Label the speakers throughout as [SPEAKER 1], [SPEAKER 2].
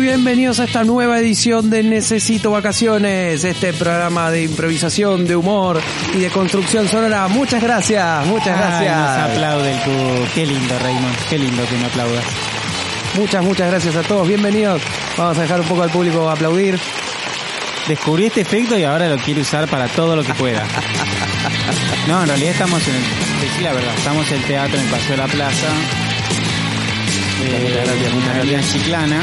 [SPEAKER 1] bienvenidos a esta nueva edición de Necesito Vacaciones, este programa de improvisación, de humor y de construcción sonora. Muchas gracias, muchas
[SPEAKER 2] Ay,
[SPEAKER 1] gracias.
[SPEAKER 2] Nos aplaude el cubo. Qué lindo, Raymond. Qué lindo que me aplaudas.
[SPEAKER 1] Muchas, muchas gracias a todos. Bienvenidos. Vamos a dejar un poco al público aplaudir.
[SPEAKER 2] Descubrí este efecto y ahora lo quiero usar para todo lo que pueda. No, en realidad estamos en el... Decí la verdad. Estamos en el teatro en el Paseo de la Plaza.
[SPEAKER 1] Muchas gracias, muchas
[SPEAKER 2] en Avenida Chiclana.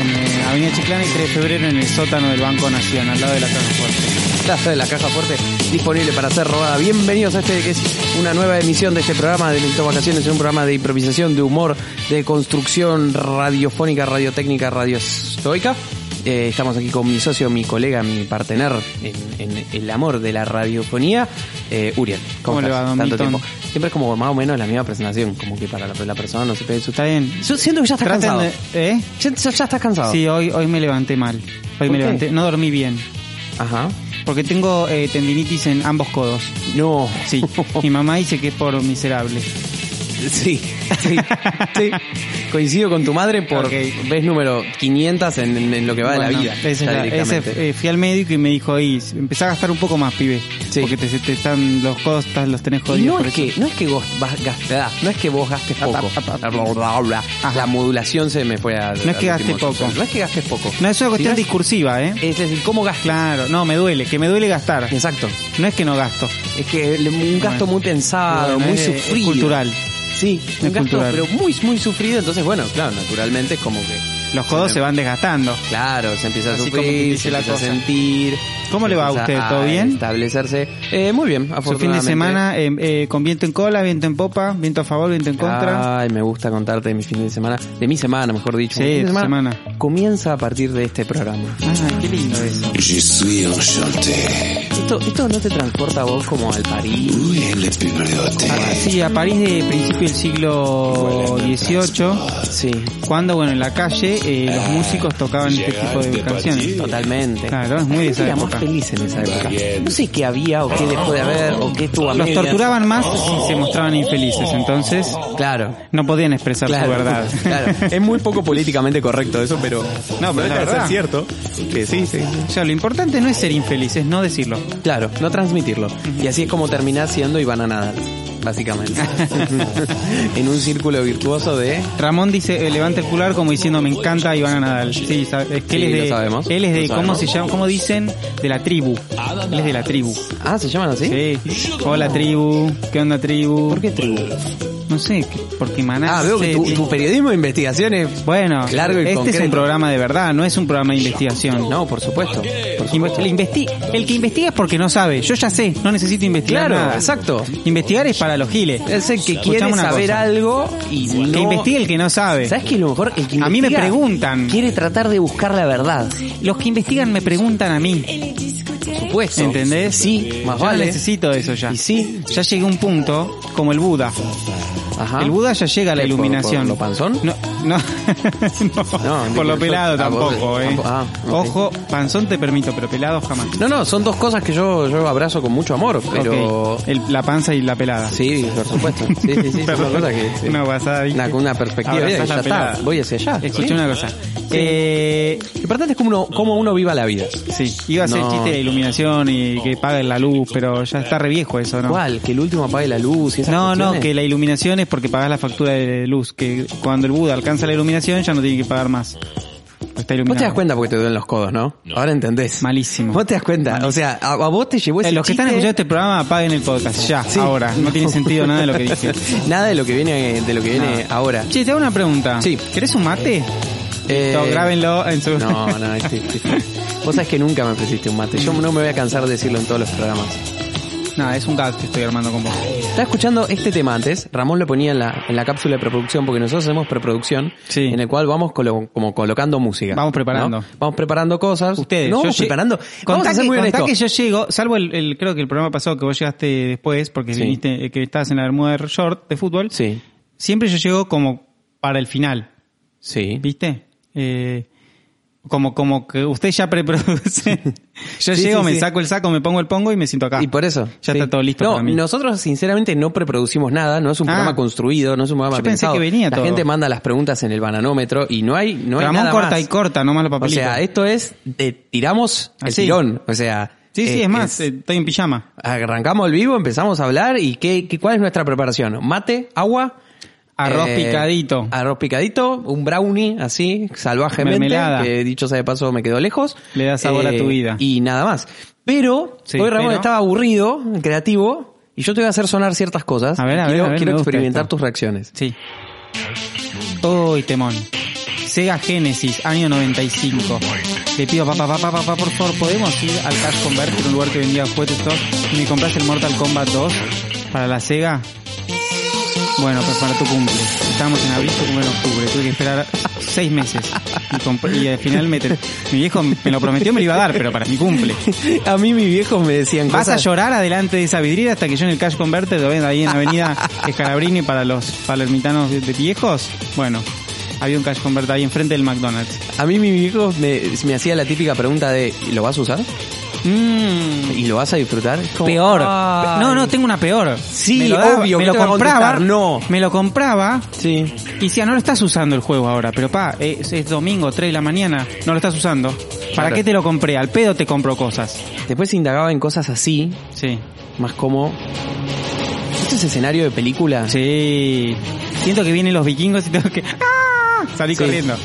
[SPEAKER 2] En eh, Avenida Chiclana y 3 de febrero en el sótano del Banco Nación, al lado de la Caja Fuerte.
[SPEAKER 1] Casa de la caja fuerte disponible para ser robada. Bienvenidos a este que es una nueva emisión de este programa de Necesito Vacaciones, un programa de improvisación, de humor, de construcción radiofónica, radiotécnica, radiostoica. Eh, estamos aquí con mi socio, mi colega, mi partener en, en el amor de la radiofonía, eh, Uriel.
[SPEAKER 2] ¿Cómo le
[SPEAKER 1] estás?
[SPEAKER 2] va, don
[SPEAKER 1] Tanto
[SPEAKER 2] Milton?
[SPEAKER 1] tiempo. Siempre es como más o menos la misma presentación, como que para la, la persona no se puede
[SPEAKER 2] Está
[SPEAKER 1] asustar.
[SPEAKER 2] bien.
[SPEAKER 1] Yo siento que ya estás
[SPEAKER 2] Traten
[SPEAKER 1] cansado.
[SPEAKER 2] de- ¿Eh?
[SPEAKER 1] Ya, ya- ya estás cansado.
[SPEAKER 2] Sí, hoy, hoy me levanté mal.
[SPEAKER 1] ¿Por
[SPEAKER 2] Hoy
[SPEAKER 1] qué?
[SPEAKER 2] me levanté... No dormí bien.
[SPEAKER 1] Ajá.
[SPEAKER 2] Porque tengo eh, tendinitis en ambos codos.
[SPEAKER 1] No.
[SPEAKER 2] Sí, mi mamá dice que es por miserable.
[SPEAKER 1] Sí, sí, sí. Coincido con tu madre por
[SPEAKER 2] Ok.
[SPEAKER 1] vez número 500 en, en- en lo que va de la
[SPEAKER 2] Bueno,
[SPEAKER 1] vida.
[SPEAKER 2] esa es
[SPEAKER 1] ya
[SPEAKER 2] la- ese,
[SPEAKER 1] directamente.
[SPEAKER 2] eh, fui al médico y me dijo, ahí, empezá a gastar un poco más, pibe.
[SPEAKER 1] Sí.
[SPEAKER 2] Porque te, te están los codos, estás- los tenés
[SPEAKER 1] Y
[SPEAKER 2] jodidos.
[SPEAKER 1] no
[SPEAKER 2] por
[SPEAKER 1] es,
[SPEAKER 2] eso.
[SPEAKER 1] que, no es que vos vas- gastá, no es que vos gastes
[SPEAKER 2] Ah,
[SPEAKER 1] poco.
[SPEAKER 2] ah, ah, ah.
[SPEAKER 1] Bla, bla, bla.
[SPEAKER 2] Ajá.
[SPEAKER 1] La modulación se me fue a.
[SPEAKER 2] No es que gastes poco.
[SPEAKER 1] No es que gastes poco.
[SPEAKER 2] No, es una
[SPEAKER 1] Sino
[SPEAKER 2] cuestión discursiva, ¿eh?
[SPEAKER 1] es- Es decir, cómo gastas.
[SPEAKER 2] Claro, no, me duele, que me duele gastar.
[SPEAKER 1] Exacto.
[SPEAKER 2] No es que no gasto.
[SPEAKER 1] Es que le- un gasto
[SPEAKER 2] Bueno.
[SPEAKER 1] muy pensado,
[SPEAKER 2] Bueno,
[SPEAKER 1] muy
[SPEAKER 2] es- es
[SPEAKER 1] sufrido.
[SPEAKER 2] cultural.
[SPEAKER 1] Sí, un gasto,
[SPEAKER 2] cultural.
[SPEAKER 1] pero muy, muy sufrido. Entonces, bueno, claro, naturalmente es como que.
[SPEAKER 2] Los codos
[SPEAKER 1] me-
[SPEAKER 2] se van desgastando.
[SPEAKER 1] Claro, se empieza a
[SPEAKER 2] Así como
[SPEAKER 1] sufrir,
[SPEAKER 2] dice
[SPEAKER 1] se
[SPEAKER 2] la
[SPEAKER 1] empieza a
[SPEAKER 2] cosa.
[SPEAKER 1] sentir.
[SPEAKER 2] ¿Cómo
[SPEAKER 1] se
[SPEAKER 2] le va a
[SPEAKER 1] empieza
[SPEAKER 2] usted? ¿Todo bien?
[SPEAKER 1] Establecerse. Eh, muy bien,
[SPEAKER 2] Su fin
[SPEAKER 1] afortunadamente.
[SPEAKER 2] de semana eh, eh, con viento en cola, viento en popa, viento a favor, viento en contra.
[SPEAKER 1] Ay, me gusta contarte de mi fin de semana. De mi semana, mejor dicho.
[SPEAKER 2] Sí,
[SPEAKER 1] Mi fin de
[SPEAKER 2] tu semana.
[SPEAKER 1] Comienza a partir de este programa.
[SPEAKER 2] Ah, qué lindo eso.
[SPEAKER 3] Je suis enchanté.
[SPEAKER 1] ¿Esto, esto no te transporta a vos como al París?
[SPEAKER 3] Où est la bibliothèque
[SPEAKER 2] Ah, sí, a París de principio del siglo XVIII.
[SPEAKER 1] Sí,
[SPEAKER 2] cuando bueno en la calle eh, los músicos tocaban este tipo de canciones.
[SPEAKER 1] totalmente.
[SPEAKER 2] Claro, es muy de esa
[SPEAKER 1] Era más
[SPEAKER 2] época.
[SPEAKER 1] feliz en esa época. No sé qué había o qué dejó de haber o qué estuvo a
[SPEAKER 2] Los
[SPEAKER 1] medias.
[SPEAKER 2] torturaban más si se mostraban infelices, entonces
[SPEAKER 1] Claro.
[SPEAKER 2] no podían expresar
[SPEAKER 1] Claro,
[SPEAKER 2] su verdad.
[SPEAKER 1] claro. Es muy poco políticamente correcto eso, pero
[SPEAKER 2] No, pero
[SPEAKER 1] deja
[SPEAKER 2] la
[SPEAKER 1] de ser
[SPEAKER 2] verdad.
[SPEAKER 1] cierto. Que sí, sí.
[SPEAKER 2] O sea, lo importante no es ser infeliz, es no decirlo.
[SPEAKER 1] Claro, no transmitirlo. Y así es como terminás siendo Ivana Nadal, básicamente. en un círculo virtuoso de...
[SPEAKER 2] Ramón dice, eh, levanta el cular como diciendo, me encanta Ivana Nadal. Sí, sa- es que él
[SPEAKER 1] Sí,
[SPEAKER 2] es
[SPEAKER 1] lo
[SPEAKER 2] de,
[SPEAKER 1] sabemos,
[SPEAKER 2] él es de,
[SPEAKER 1] lo
[SPEAKER 2] ¿cómo
[SPEAKER 1] sabemos.
[SPEAKER 2] se llama? ¿Cómo dicen? De la tribu. Él es de la tribu.
[SPEAKER 1] Ah, ¿se llaman así?
[SPEAKER 2] Sí. Hola tribu, ¿qué onda tribu?
[SPEAKER 1] ¿Por qué tribu?
[SPEAKER 2] No sé, porque maná.
[SPEAKER 1] Ah, veo que
[SPEAKER 2] sí,
[SPEAKER 1] tu,
[SPEAKER 2] tiene-
[SPEAKER 1] tu periodismo de investigaciones...
[SPEAKER 2] Bueno,
[SPEAKER 1] Largo y
[SPEAKER 2] este es
[SPEAKER 1] concreto.
[SPEAKER 2] un programa de verdad, no es un programa de investigación.
[SPEAKER 1] No, por supuesto. Por
[SPEAKER 2] Inve-
[SPEAKER 1] supuesto.
[SPEAKER 2] el, investi- el que investiga es porque no sabe. Yo ya sé, no necesito investigar.
[SPEAKER 1] Claro,
[SPEAKER 2] nada.
[SPEAKER 1] exacto.
[SPEAKER 2] Investigar es para los giles.
[SPEAKER 1] Es el que
[SPEAKER 2] Escuchame
[SPEAKER 1] quiere
[SPEAKER 2] una
[SPEAKER 1] saber
[SPEAKER 2] cosa.
[SPEAKER 1] algo y no...
[SPEAKER 2] Que investigue el que no sabe.
[SPEAKER 1] ¿Sabes qué? es Lo mejor, el que
[SPEAKER 2] A mí me
[SPEAKER 1] investiga
[SPEAKER 2] preguntan.
[SPEAKER 1] Quiere tratar de buscar la verdad.
[SPEAKER 2] Los que investigan me preguntan a mí.
[SPEAKER 1] Supuesto.
[SPEAKER 2] ¿Entendés?
[SPEAKER 1] Sí, más
[SPEAKER 2] Yo no
[SPEAKER 1] vale.
[SPEAKER 2] necesito eso ya.
[SPEAKER 1] Y sí.
[SPEAKER 2] Ya llegué a un punto, como el Buda.
[SPEAKER 1] Ajá.
[SPEAKER 2] El Buda ya llega a la
[SPEAKER 1] ¿Por- por-
[SPEAKER 2] iluminación.
[SPEAKER 1] por lo panzón?
[SPEAKER 2] No, no, no,
[SPEAKER 1] No,
[SPEAKER 2] por lo
[SPEAKER 1] digo,
[SPEAKER 2] pelado
[SPEAKER 1] yo- ah, vos-
[SPEAKER 2] tampoco, eh.
[SPEAKER 1] ah, ok.
[SPEAKER 2] Ojo, panzón te permito, pero pelado jamás.
[SPEAKER 1] No, no, son dos cosas que yo, yo abrazo con mucho amor, pero...
[SPEAKER 2] Ok, el- la panza y la pelada.
[SPEAKER 1] Ah, Sí, por supuesto. Sí, sí, sí. son
[SPEAKER 2] Perdón.
[SPEAKER 1] cosas que, sí.
[SPEAKER 2] Una pasada ahí.
[SPEAKER 1] Una, con una perspectiva.
[SPEAKER 2] Abrazás
[SPEAKER 1] mira,
[SPEAKER 2] la
[SPEAKER 1] ya está.
[SPEAKER 2] pelada.
[SPEAKER 1] Voy hacia allá.
[SPEAKER 2] Escuché
[SPEAKER 1] Sí.
[SPEAKER 2] una cosa. Eh,
[SPEAKER 1] Lo importante es cómo uno, cómo uno viva la vida.
[SPEAKER 2] sí, iba a ser
[SPEAKER 1] No.
[SPEAKER 2] chiste de iluminación y que paguen la luz, pero ya está re viejo eso, ¿no?
[SPEAKER 1] ¿Cuál? Que el último apague la luz y esas
[SPEAKER 2] No, no,
[SPEAKER 1] cuestiones?
[SPEAKER 2] que la iluminación es porque pagás la factura de luz, que cuando el Buda alcanza la iluminación ya no tiene que pagar más. Está iluminado.
[SPEAKER 1] Vos te das cuenta porque te duelen los codos, ¿no? Ahora entendés.
[SPEAKER 2] Malísimo.
[SPEAKER 1] Vos te das cuenta. O sea, a, a vos te llevó ese
[SPEAKER 2] Eh, los que están
[SPEAKER 1] Pues chiste-
[SPEAKER 2] escuchando este programa apaguen el podcast, ya,
[SPEAKER 1] Sí.
[SPEAKER 2] ahora. No tiene sentido nada de lo que dije.
[SPEAKER 1] Nada de lo que viene, de lo que viene
[SPEAKER 2] Nada.
[SPEAKER 1] ahora.
[SPEAKER 2] Che, te hago una pregunta.
[SPEAKER 1] Sí.
[SPEAKER 2] ¿Querés un mate?
[SPEAKER 1] Eh,
[SPEAKER 2] No, grábenlo en su...
[SPEAKER 1] No, no, este- este- Vos sabés que nunca me ofreciste un mate. Yo no me voy a cansar de decirlo en todos los programas.
[SPEAKER 2] No, es un gag que estoy armando con vos.
[SPEAKER 1] Estaba escuchando este tema antes, Ramón lo ponía en la, en la cápsula de preproducción, porque nosotros hacemos preproducción,
[SPEAKER 2] Sí.
[SPEAKER 1] en el cual vamos colo- como colocando música.
[SPEAKER 2] Vamos preparando.
[SPEAKER 1] ¿no? Vamos preparando cosas.
[SPEAKER 2] Ustedes,
[SPEAKER 1] No,
[SPEAKER 2] yo
[SPEAKER 1] vamos
[SPEAKER 2] lle-
[SPEAKER 1] preparando. vamos
[SPEAKER 2] Contá
[SPEAKER 1] a ser
[SPEAKER 2] que-
[SPEAKER 1] muy
[SPEAKER 2] contá
[SPEAKER 1] honestos.
[SPEAKER 2] que yo llego, salvo el, el- creo que el programa pasado que vos llegaste después, porque
[SPEAKER 1] Sí.
[SPEAKER 2] viniste, eh, que estabas en la Bermuda de Short de fútbol.
[SPEAKER 1] Sí,
[SPEAKER 2] Siempre yo llego como para el final,
[SPEAKER 1] sí.
[SPEAKER 2] ¿viste? Eh, como, como que ustedes ya preproducen. Yo
[SPEAKER 1] Sí,
[SPEAKER 2] llego,
[SPEAKER 1] sí,
[SPEAKER 2] me
[SPEAKER 1] sí.
[SPEAKER 2] saco el saco, me pongo el pongo y me siento acá.
[SPEAKER 1] Y por eso.
[SPEAKER 2] Ya está todo listo
[SPEAKER 1] No,
[SPEAKER 2] para mí.
[SPEAKER 1] nosotros sinceramente no preproducimos nada, no es un
[SPEAKER 2] Ah.
[SPEAKER 1] programa construido, no es un programa
[SPEAKER 2] Yo pensé
[SPEAKER 1] pensado.
[SPEAKER 2] que venía
[SPEAKER 1] La
[SPEAKER 2] todo.
[SPEAKER 1] gente manda las preguntas en el bananómetro y no hay, no hay
[SPEAKER 2] Ramón
[SPEAKER 1] nada
[SPEAKER 2] corta
[SPEAKER 1] más.
[SPEAKER 2] y corta, nomás los
[SPEAKER 1] o
[SPEAKER 2] papelitos.
[SPEAKER 1] sea, esto es, de, tiramos el
[SPEAKER 2] Así.
[SPEAKER 1] tirón, o sea.
[SPEAKER 2] sí, sí,
[SPEAKER 1] eh,
[SPEAKER 2] es más, eh, estoy en pijama.
[SPEAKER 1] Arrancamos el vivo, empezamos a hablar y ¿qué, qué, ¿cuál es nuestra preparación? ¿Mate? ¿Agua?
[SPEAKER 2] Arroz
[SPEAKER 1] eh,
[SPEAKER 2] picadito.
[SPEAKER 1] Arroz picadito, un brownie así, salvajemente.
[SPEAKER 2] Mermelada.
[SPEAKER 1] Que dicho sea de paso, me quedó lejos. Eh,
[SPEAKER 2] Le da sabor a tu vida.
[SPEAKER 1] Y nada más. Pero
[SPEAKER 2] Sí,
[SPEAKER 1] hoy Ramón
[SPEAKER 2] pero-
[SPEAKER 1] estaba aburrido, creativo, y yo te voy a hacer sonar ciertas cosas.
[SPEAKER 2] A ver, a ver,
[SPEAKER 1] quiero
[SPEAKER 2] a ver,
[SPEAKER 1] quiero
[SPEAKER 2] me gusta
[SPEAKER 1] experimentar
[SPEAKER 2] esto.
[SPEAKER 1] tus reacciones.
[SPEAKER 2] Sí. Uy, temón. Sega Genesis, año 95. Le pido, papá, papá, papá, por favor, ¿podemos ir al Cash Converter, un lugar que vendía juguetes todos, y me compras el Mortal Kombat 2 para la Sega? Bueno, pues para tu cumple. Estábamos en abril, tu cumple en octubre. Tuve que esperar seis meses. Y, comp- y al final me ter- mi viejo me lo prometió, me lo iba a dar, pero para mi cumple.
[SPEAKER 1] A mí mis viejos me decían
[SPEAKER 2] Vas a
[SPEAKER 1] cosas.
[SPEAKER 2] llorar adelante de esa vidriera hasta que yo en el Cash Converter lo venda ahí en Avenida Escalabrini para los palermitanos de, de viejos. Bueno, había un Cash Converter ahí enfrente del McDonald's.
[SPEAKER 1] a mí mis viejos me, me hacía la típica pregunta de ¿y ¿lo vas a usar?
[SPEAKER 2] Mm,
[SPEAKER 1] ¿Y lo vas a disfrutar? Como, "Ah,
[SPEAKER 2] peor.
[SPEAKER 1] "Ay".
[SPEAKER 2] No, no, tengo una peor.
[SPEAKER 1] Sí,
[SPEAKER 2] me lo daba-
[SPEAKER 1] obvio,
[SPEAKER 2] me
[SPEAKER 1] ¿qué
[SPEAKER 2] lo
[SPEAKER 1] te va a
[SPEAKER 2] compraba.
[SPEAKER 1] contestar? No.
[SPEAKER 2] Me lo compraba
[SPEAKER 1] Sí.
[SPEAKER 2] y decía, no lo estás usando el juego ahora, pero pa, eh, es, es domingo, 3 de la mañana, no lo estás usando. ¿Para
[SPEAKER 1] Claro.
[SPEAKER 2] qué te lo compré? Al pedo te compro cosas.
[SPEAKER 1] Después indagaba en cosas así,
[SPEAKER 2] Sí.
[SPEAKER 1] más como... ¿Esto es escenario de película?
[SPEAKER 2] Sí. Siento que vienen los vikingos y tengo que ¡Ah! salir
[SPEAKER 1] Sí.
[SPEAKER 2] corriendo.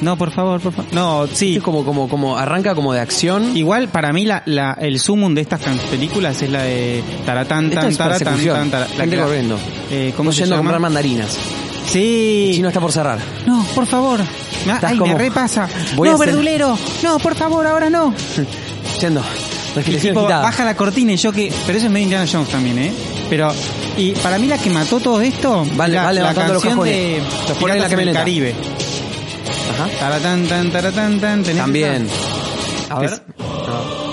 [SPEAKER 2] No, por favor, por favor. No, sí.
[SPEAKER 1] Es como, como, como arranca como de acción.
[SPEAKER 2] Igual para mí la, la- el sumum de estas can- películas es la de taratán
[SPEAKER 1] Esto
[SPEAKER 2] tan
[SPEAKER 1] es
[SPEAKER 2] taratán
[SPEAKER 1] persecución.
[SPEAKER 2] tan tara- la
[SPEAKER 1] Gente
[SPEAKER 2] que-
[SPEAKER 1] corriendo.
[SPEAKER 2] Eh, ¿Cómo
[SPEAKER 1] Estamos
[SPEAKER 2] se
[SPEAKER 1] yendo a
[SPEAKER 2] llama?
[SPEAKER 1] comprar mandarinas.
[SPEAKER 2] Sí.
[SPEAKER 1] El chino está por cerrar.
[SPEAKER 2] No, por favor. Me-
[SPEAKER 1] Estás
[SPEAKER 2] Ay, me
[SPEAKER 1] como-
[SPEAKER 2] repasa.
[SPEAKER 1] Voy a
[SPEAKER 2] no,
[SPEAKER 1] hacer-
[SPEAKER 2] verdulero. No, por favor, ahora no.
[SPEAKER 1] Yendo. Respiración
[SPEAKER 2] Tipo,
[SPEAKER 1] agitada.
[SPEAKER 2] baja la cortina y yo que... Pero eso es medio Indiana Jones también, ¿eh? Pero... Y para mí la que mató todo esto...
[SPEAKER 1] Vale,
[SPEAKER 2] la,
[SPEAKER 1] vale,
[SPEAKER 2] la
[SPEAKER 1] levantando los
[SPEAKER 2] canción
[SPEAKER 1] cajones.
[SPEAKER 2] de...
[SPEAKER 1] Los
[SPEAKER 2] Piratas
[SPEAKER 1] pones en la
[SPEAKER 2] en el
[SPEAKER 1] camioneta.
[SPEAKER 2] Caribe.
[SPEAKER 1] Ajá.
[SPEAKER 2] Taratán, tan, taratán, tan, ¿tenés
[SPEAKER 1] También. A ver.
[SPEAKER 2] Es-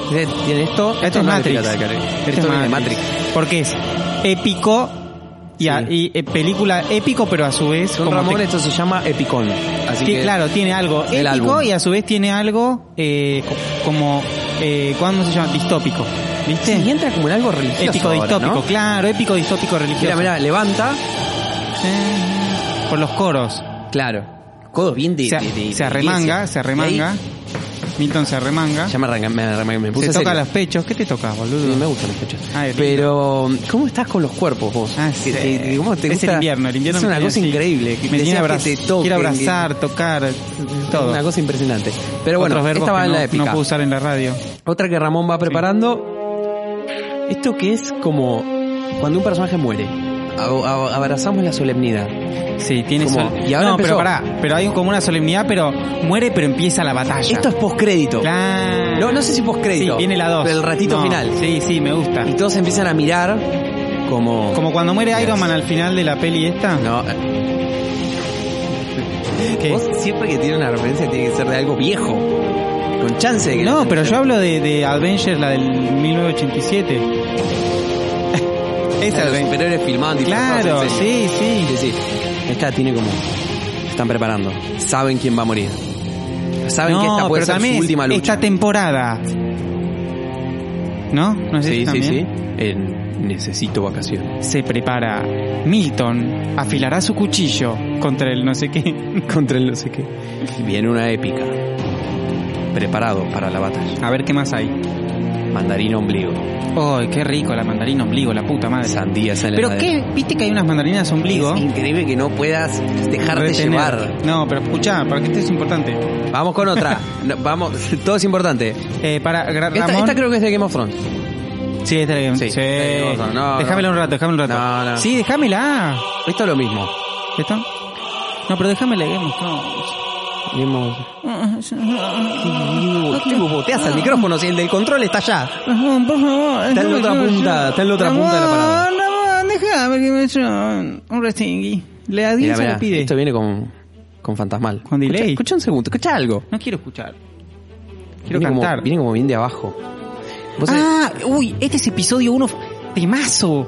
[SPEAKER 1] Tiene- Tiene esto.
[SPEAKER 2] esa? Esto es
[SPEAKER 1] no
[SPEAKER 2] Matrix.
[SPEAKER 1] pirata del Caribe.
[SPEAKER 2] Este
[SPEAKER 1] Esto viene de Matrix.
[SPEAKER 2] Porque es épico y, a- y, eh, película épico, pero a su vez...
[SPEAKER 1] Son
[SPEAKER 2] como
[SPEAKER 1] Ramón,
[SPEAKER 2] te-
[SPEAKER 1] esto se llama Epicón. Así
[SPEAKER 2] Sí,
[SPEAKER 1] que.
[SPEAKER 2] claro, tiene algo
[SPEAKER 1] el
[SPEAKER 2] épico
[SPEAKER 1] álbum.
[SPEAKER 2] y a su vez tiene algo eh, co- como... Eh, ¿Cómo se llama? Distópico. ¿Viste?
[SPEAKER 1] Y entra como en algo religioso.
[SPEAKER 2] Épico
[SPEAKER 1] ahora,
[SPEAKER 2] distópico,
[SPEAKER 1] ¿no?
[SPEAKER 2] claro, épico distópico religioso.
[SPEAKER 1] Mira, mira, levanta.
[SPEAKER 2] Eh, Por los coros.
[SPEAKER 1] Claro. Codos bien de.
[SPEAKER 2] Se,
[SPEAKER 1] de- de-
[SPEAKER 2] se
[SPEAKER 1] de
[SPEAKER 2] arremanga,
[SPEAKER 1] iglesia.
[SPEAKER 2] se arremanga.
[SPEAKER 1] Y
[SPEAKER 2] Milton se arremanga.
[SPEAKER 1] ahí Ya me arranca, me, arranca- me puse
[SPEAKER 2] Se toca
[SPEAKER 1] serio.
[SPEAKER 2] los pechos. ¿Qué te toca,
[SPEAKER 1] Sí,
[SPEAKER 2] boludo?
[SPEAKER 1] me gustan los pechos.
[SPEAKER 2] Ah, es lindo.
[SPEAKER 1] Pero, ¿cómo estás con los cuerpos vos?
[SPEAKER 2] Ah,
[SPEAKER 1] Que- que- que- ¿cómo te
[SPEAKER 2] es
[SPEAKER 1] gusta?
[SPEAKER 2] el invierno, el invierno
[SPEAKER 1] Es una
[SPEAKER 2] me tiene
[SPEAKER 1] cosa
[SPEAKER 2] así.
[SPEAKER 1] increíble.
[SPEAKER 2] me tiene
[SPEAKER 1] decías
[SPEAKER 2] abraz-
[SPEAKER 1] que te toquen,
[SPEAKER 2] quiero abrazar, tocar,
[SPEAKER 1] que-
[SPEAKER 2] todo.
[SPEAKER 1] Una cosa impresionante. Pero bueno,
[SPEAKER 2] Otros verbos
[SPEAKER 1] esta va
[SPEAKER 2] que
[SPEAKER 1] en
[SPEAKER 2] no,
[SPEAKER 1] la épica.
[SPEAKER 2] no puedo usar en la radio.
[SPEAKER 1] Otra que Ramón va preparando. Esto que es como cuando un personaje muere. A- a- Abrazamos la solemnidad.
[SPEAKER 2] Sí, tiene
[SPEAKER 1] Como-
[SPEAKER 2] sol-
[SPEAKER 1] y ahora
[SPEAKER 2] no,
[SPEAKER 1] empezó.
[SPEAKER 2] pero pará, pero hay como una solemnidad, pero muere, pero empieza la batalla.
[SPEAKER 1] Esto es postcrédito.
[SPEAKER 2] Claro.
[SPEAKER 1] No, no sé si
[SPEAKER 2] Sí,
[SPEAKER 1] postcrédito.
[SPEAKER 2] viene la 2.
[SPEAKER 1] Pero el ratito final.
[SPEAKER 2] Sí, sí, me gusta.
[SPEAKER 1] Y todos empiezan a mirar como...
[SPEAKER 2] Como cuando muere Iron
[SPEAKER 1] Yes.
[SPEAKER 2] Man al final de la peli esta.
[SPEAKER 1] No,
[SPEAKER 2] que-
[SPEAKER 1] Vos siempre que tiene una referencia tiene que ser de algo viejo. Con chance de que
[SPEAKER 2] No, pero yo hablo de, de Avengers, la del 1987. Esa
[SPEAKER 1] Claro, los
[SPEAKER 2] es la
[SPEAKER 1] superiores filmando.
[SPEAKER 2] Claro, sí,
[SPEAKER 1] sí,
[SPEAKER 2] sí.
[SPEAKER 1] sí. Esta tiene como... Están preparando. Saben quién va a morir. Saben que esta
[SPEAKER 2] No,
[SPEAKER 1] puede ser
[SPEAKER 2] pero
[SPEAKER 1] su
[SPEAKER 2] también
[SPEAKER 1] última lucha.
[SPEAKER 2] esta temporada. ¿No? ¿No es
[SPEAKER 1] Sí,
[SPEAKER 2] esta
[SPEAKER 1] sí, sí.
[SPEAKER 2] también?
[SPEAKER 1] En Necesito vacaciones.
[SPEAKER 2] Se prepara. Milton afilará su cuchillo contra el no sé qué.
[SPEAKER 1] Contra el no sé qué. Viene una épica. Preparado para la batalla.
[SPEAKER 2] A ver qué más hay.
[SPEAKER 1] Mandarina ombligo.
[SPEAKER 2] ¡Ay, qué rico la mandarina ombligo, la puta madre!
[SPEAKER 1] Sandías en la
[SPEAKER 2] Pero
[SPEAKER 1] heladera.
[SPEAKER 2] qué, viste que hay unas mandarinas ombligo.
[SPEAKER 1] Es increíble que no puedas dejarte
[SPEAKER 2] Retener.
[SPEAKER 1] llevar.
[SPEAKER 2] No, pero escuchá, para que esto es importante.
[SPEAKER 1] Vamos con otra. No, vamos, todo es importante.
[SPEAKER 2] Eh, para Ra-
[SPEAKER 1] Esta,
[SPEAKER 2] Ramón-
[SPEAKER 1] esta creo que es de Game of Thrones.
[SPEAKER 2] Sí, esta es la
[SPEAKER 1] Sí.
[SPEAKER 2] que... Sí.
[SPEAKER 1] No, no.
[SPEAKER 2] Déjamela un rato, déjamela un rato.
[SPEAKER 1] No, no.
[SPEAKER 2] Sí, déjamela.
[SPEAKER 1] Esto es lo mismo.
[SPEAKER 2] ¿Esto? No, pero déjamela, Game of Thrones.
[SPEAKER 1] Game of- Te boteas al micrófono, si el del control está allá.
[SPEAKER 2] Ramón, por favor.
[SPEAKER 1] Está en la otra
[SPEAKER 2] déjame que me
[SPEAKER 1] punta,
[SPEAKER 2] yo-
[SPEAKER 1] está en la otra punta de la parada.
[SPEAKER 2] Ramón, Ramón, déjame que me yo un restingui. Le
[SPEAKER 1] Mirá,
[SPEAKER 2] adiós
[SPEAKER 1] mirá,
[SPEAKER 2] le pide.
[SPEAKER 1] esto viene con, con fantasmal.
[SPEAKER 2] Con delay.
[SPEAKER 1] Escucha, escucha un segundo, escucha algo.
[SPEAKER 2] No quiero escuchar. Quiero
[SPEAKER 1] viene
[SPEAKER 2] cantar.
[SPEAKER 1] Como, viene como bien de abajo. Vos sabés-
[SPEAKER 2] Ah, uy, este es episodio 1. Temazo.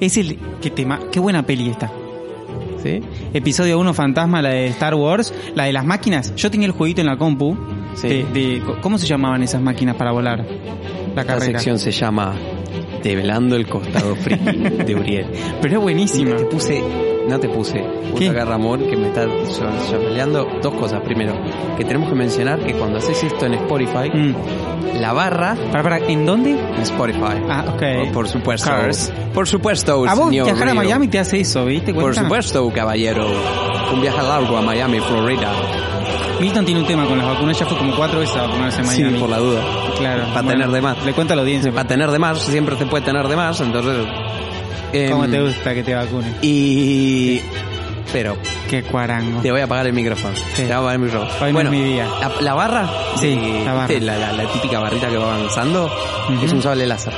[SPEAKER 2] Es el... Qué, tema, qué buena peli esta.
[SPEAKER 1] ¿sí?
[SPEAKER 2] Episodio 1 Fantasma, la de Star Wars, la de las máquinas. Yo tenía el jueguito en la compu
[SPEAKER 1] Sí.
[SPEAKER 2] de- de- ¿Cómo se llamaban esas máquinas para volar? La
[SPEAKER 1] La
[SPEAKER 2] carrera.
[SPEAKER 1] sección se llama Develando el costado friki de Uriel.
[SPEAKER 2] Pero es buenísima.
[SPEAKER 1] Te puse, no te puse, puse
[SPEAKER 2] ¿Qué?
[SPEAKER 1] acá Ramón que me está chapeleando dos cosas. Primero, que tenemos que mencionar que cuando haces esto en Spotify,
[SPEAKER 2] Mm.
[SPEAKER 1] la barra
[SPEAKER 2] Para, para, ¿en dónde?
[SPEAKER 1] en Spotify.
[SPEAKER 2] Ah, ok.
[SPEAKER 1] Oh, Por- Por supuesto.
[SPEAKER 2] Cars.
[SPEAKER 1] Por supuesto,
[SPEAKER 2] a vos
[SPEAKER 1] señor
[SPEAKER 2] viajar a
[SPEAKER 1] Río.
[SPEAKER 2] Miami te hace eso, ¿viste?
[SPEAKER 1] Por supuesto, caballero. Un viaje largo a Miami, Florida.
[SPEAKER 2] Milton tiene un tema con las vacunas, ya fue como cuatro veces a vacunarse en Miami.
[SPEAKER 1] por la duda.
[SPEAKER 2] Claro.
[SPEAKER 1] Para tener de más.
[SPEAKER 2] Le cuento a la audiencia.
[SPEAKER 1] Para tener de más, siempre te puede tener de más, entonces... em,
[SPEAKER 2] ¿Cómo te gusta que te vacunen?
[SPEAKER 1] Y... Pero
[SPEAKER 2] Qué cuarango.
[SPEAKER 1] te voy a apagar el micrófono.
[SPEAKER 2] Sí.
[SPEAKER 1] Te voy a apagar el micrófono.
[SPEAKER 2] Hoy no
[SPEAKER 1] bueno,
[SPEAKER 2] es mi día.
[SPEAKER 1] La, la barra... eh,
[SPEAKER 2] Sí, la barra.
[SPEAKER 1] ¿viste? La, la- la típica barrita que va avanzando
[SPEAKER 2] Ujú.
[SPEAKER 1] es un sable láser.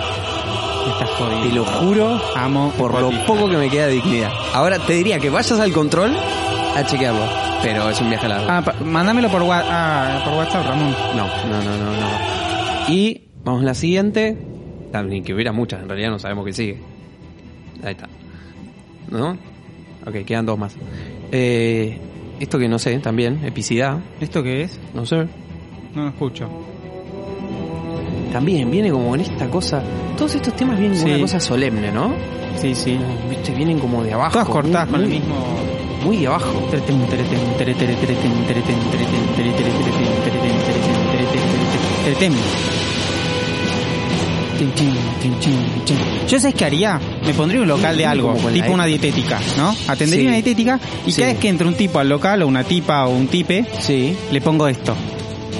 [SPEAKER 2] Estás jodido.
[SPEAKER 1] Te lo juro
[SPEAKER 2] Amo
[SPEAKER 1] por lo
[SPEAKER 2] Spotify.
[SPEAKER 1] poco que me queda de dignidad. Ahora te diría que vayas al control a chequearlo, pero es un viaje largo.
[SPEAKER 2] Ah, pa- mándamelo por, wa- ah, por WhatsApp, Ramón.
[SPEAKER 1] No, no, no, no, no. Y vamos a la siguiente. Ah, Ni que hubiera muchas, en realidad no sabemos qué sigue. Ahí está. ¿No? Ok, quedan dos más. Eh, esto que no sé, también, epicidad,
[SPEAKER 2] ¿Esto qué es?
[SPEAKER 1] no sé.
[SPEAKER 2] No lo escucho.
[SPEAKER 1] También viene como en esta cosa. Todos estos temas vienen con
[SPEAKER 2] Sí.
[SPEAKER 1] una cosa solemne, ¿no?
[SPEAKER 2] Sí, sí.
[SPEAKER 1] Viste, vienen como de abajo.
[SPEAKER 2] Todas cortadas
[SPEAKER 1] muy,
[SPEAKER 2] con el
[SPEAKER 1] muy-
[SPEAKER 2] mismo.
[SPEAKER 1] Muy de abajo.
[SPEAKER 2] Teretem, teretem, teretem, teretem, teretem, teretem, teretem, teretem, teretem, teretem, teretem, teretem, teretem. Tin, chin, tin, chin, chin. Yo sabes que haría, me pondría un local de algo,
[SPEAKER 1] Como con la
[SPEAKER 2] tipo
[SPEAKER 1] E.
[SPEAKER 2] una dietética, ¿no? Atendería
[SPEAKER 1] Sí.
[SPEAKER 2] una dietética y
[SPEAKER 1] Sí.
[SPEAKER 2] cada vez que entre un tipo al local o una tipa o un tipe,
[SPEAKER 1] Sí.
[SPEAKER 2] le pongo esto.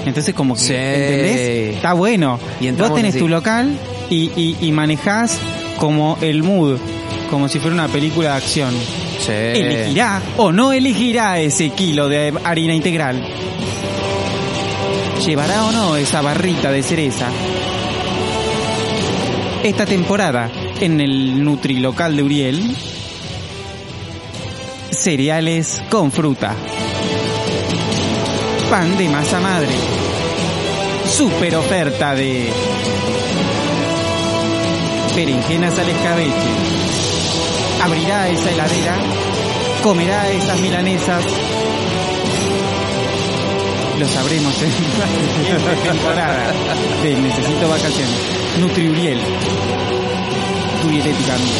[SPEAKER 2] Entonces como que,
[SPEAKER 1] Sí.
[SPEAKER 2] ¿entendés? Está bueno.
[SPEAKER 1] Y entramos
[SPEAKER 2] Vos tenés
[SPEAKER 1] así.
[SPEAKER 2] tu local y, y, y manejás como el mood, como si fuera una película de acción.
[SPEAKER 1] Sí.
[SPEAKER 2] ¿Elegirá o no elegirá ese kilo de harina integral? ¿Llevará o no esa barrita de cereza? Esta temporada, en el Nutri Local de Uriel, cereales con fruta, pan de masa madre, super oferta de berenjenas al escabeche, abrirá esa heladera, comerá esas milanesas. Lo sabremos en la siguiente ¿eh? temporada de Necesito Vacaciones. Nutriuriel. Tu dietética amiga.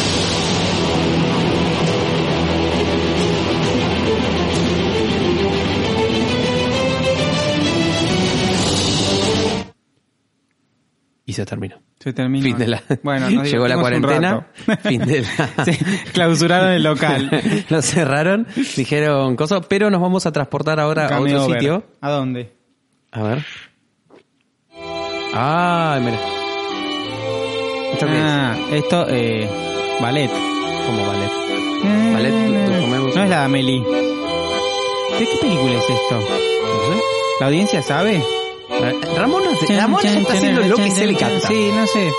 [SPEAKER 1] Y se terminó.
[SPEAKER 2] Se terminó.
[SPEAKER 1] Fin de la.
[SPEAKER 2] Bueno, nos
[SPEAKER 1] llegó la
[SPEAKER 2] divertimos un
[SPEAKER 1] cuarentena.
[SPEAKER 2] rato.
[SPEAKER 1] Fin de la.
[SPEAKER 2] Sí, clausuraron el local.
[SPEAKER 1] lo cerraron, dijeron cosas, pero nos vamos a transportar ahora a
[SPEAKER 2] Cameo
[SPEAKER 1] otro
[SPEAKER 2] over.
[SPEAKER 1] sitio.
[SPEAKER 2] ¿A dónde?
[SPEAKER 1] A ver. Ah, mira. ¿Esto qué
[SPEAKER 2] Ah, esto, eh, ballet. Mm.
[SPEAKER 1] es? Como ballet. Ballet, lo comemos.
[SPEAKER 2] No es la de Amelie. ¿De qué película es esto?
[SPEAKER 1] No
[SPEAKER 2] ¿La audiencia sabe?
[SPEAKER 1] sé. Ramón, hace- Ramón ya está haciendo lo que se le canta.
[SPEAKER 2] Sí, no sé.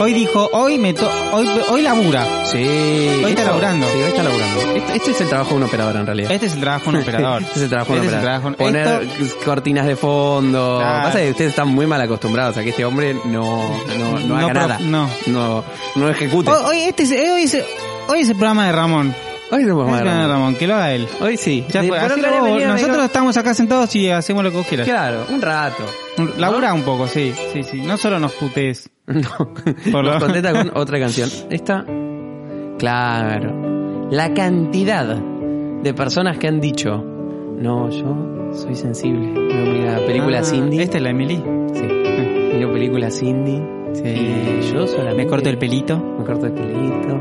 [SPEAKER 2] Hoy dijo, hoy me to- hoy, hoy labura.
[SPEAKER 1] Sí.
[SPEAKER 2] Hoy está
[SPEAKER 1] Esto-
[SPEAKER 2] laburando.
[SPEAKER 1] Sí, hoy está laburando. Este, este es el trabajo de un operador en realidad.
[SPEAKER 2] Este es el trabajo de un operador.
[SPEAKER 1] Este es el trabajo de un
[SPEAKER 2] Este es el
[SPEAKER 1] operador.
[SPEAKER 2] trabajo-
[SPEAKER 1] Poner
[SPEAKER 2] Esto-
[SPEAKER 1] cortinas de fondo.
[SPEAKER 2] Claro.
[SPEAKER 1] Pasa que ustedes están muy mal acostumbrados a que este hombre no, no, no
[SPEAKER 2] No
[SPEAKER 1] haga
[SPEAKER 2] pro-
[SPEAKER 1] nada.
[SPEAKER 2] no.
[SPEAKER 1] No, no ejecute.
[SPEAKER 2] Hoy, hoy este es, eh, hoy, es, hoy es el programa de Ramón.
[SPEAKER 1] Hoy no vamos
[SPEAKER 2] Hoy es
[SPEAKER 1] a
[SPEAKER 2] el programa de
[SPEAKER 1] grabar.
[SPEAKER 2] Ramón, que lo haga él.
[SPEAKER 1] Hoy sí.
[SPEAKER 2] Ya
[SPEAKER 1] Sí,
[SPEAKER 2] fue,
[SPEAKER 1] pero
[SPEAKER 2] hacelo
[SPEAKER 1] otra vez
[SPEAKER 2] vos.
[SPEAKER 1] venía,
[SPEAKER 2] Nosotros
[SPEAKER 1] venía-
[SPEAKER 2] estamos acá sentados y hacemos lo que vos quieras.
[SPEAKER 1] Claro, un rato.
[SPEAKER 2] Labura un poco, sí, sí, sí. No solo nos putees.
[SPEAKER 1] No.
[SPEAKER 2] Por
[SPEAKER 1] Nos
[SPEAKER 2] lo-
[SPEAKER 1] contenta con otra canción. Esta. Claro. La cantidad de personas que han dicho. No, yo soy sensible. Veo mira películas
[SPEAKER 2] Ah,
[SPEAKER 1] indie.
[SPEAKER 2] Esta es la Emily.
[SPEAKER 1] Sí. Miro películas indie.
[SPEAKER 2] Sí.
[SPEAKER 1] Y yo solamente.
[SPEAKER 2] Me corto el pelito.
[SPEAKER 1] Me corto el pelito.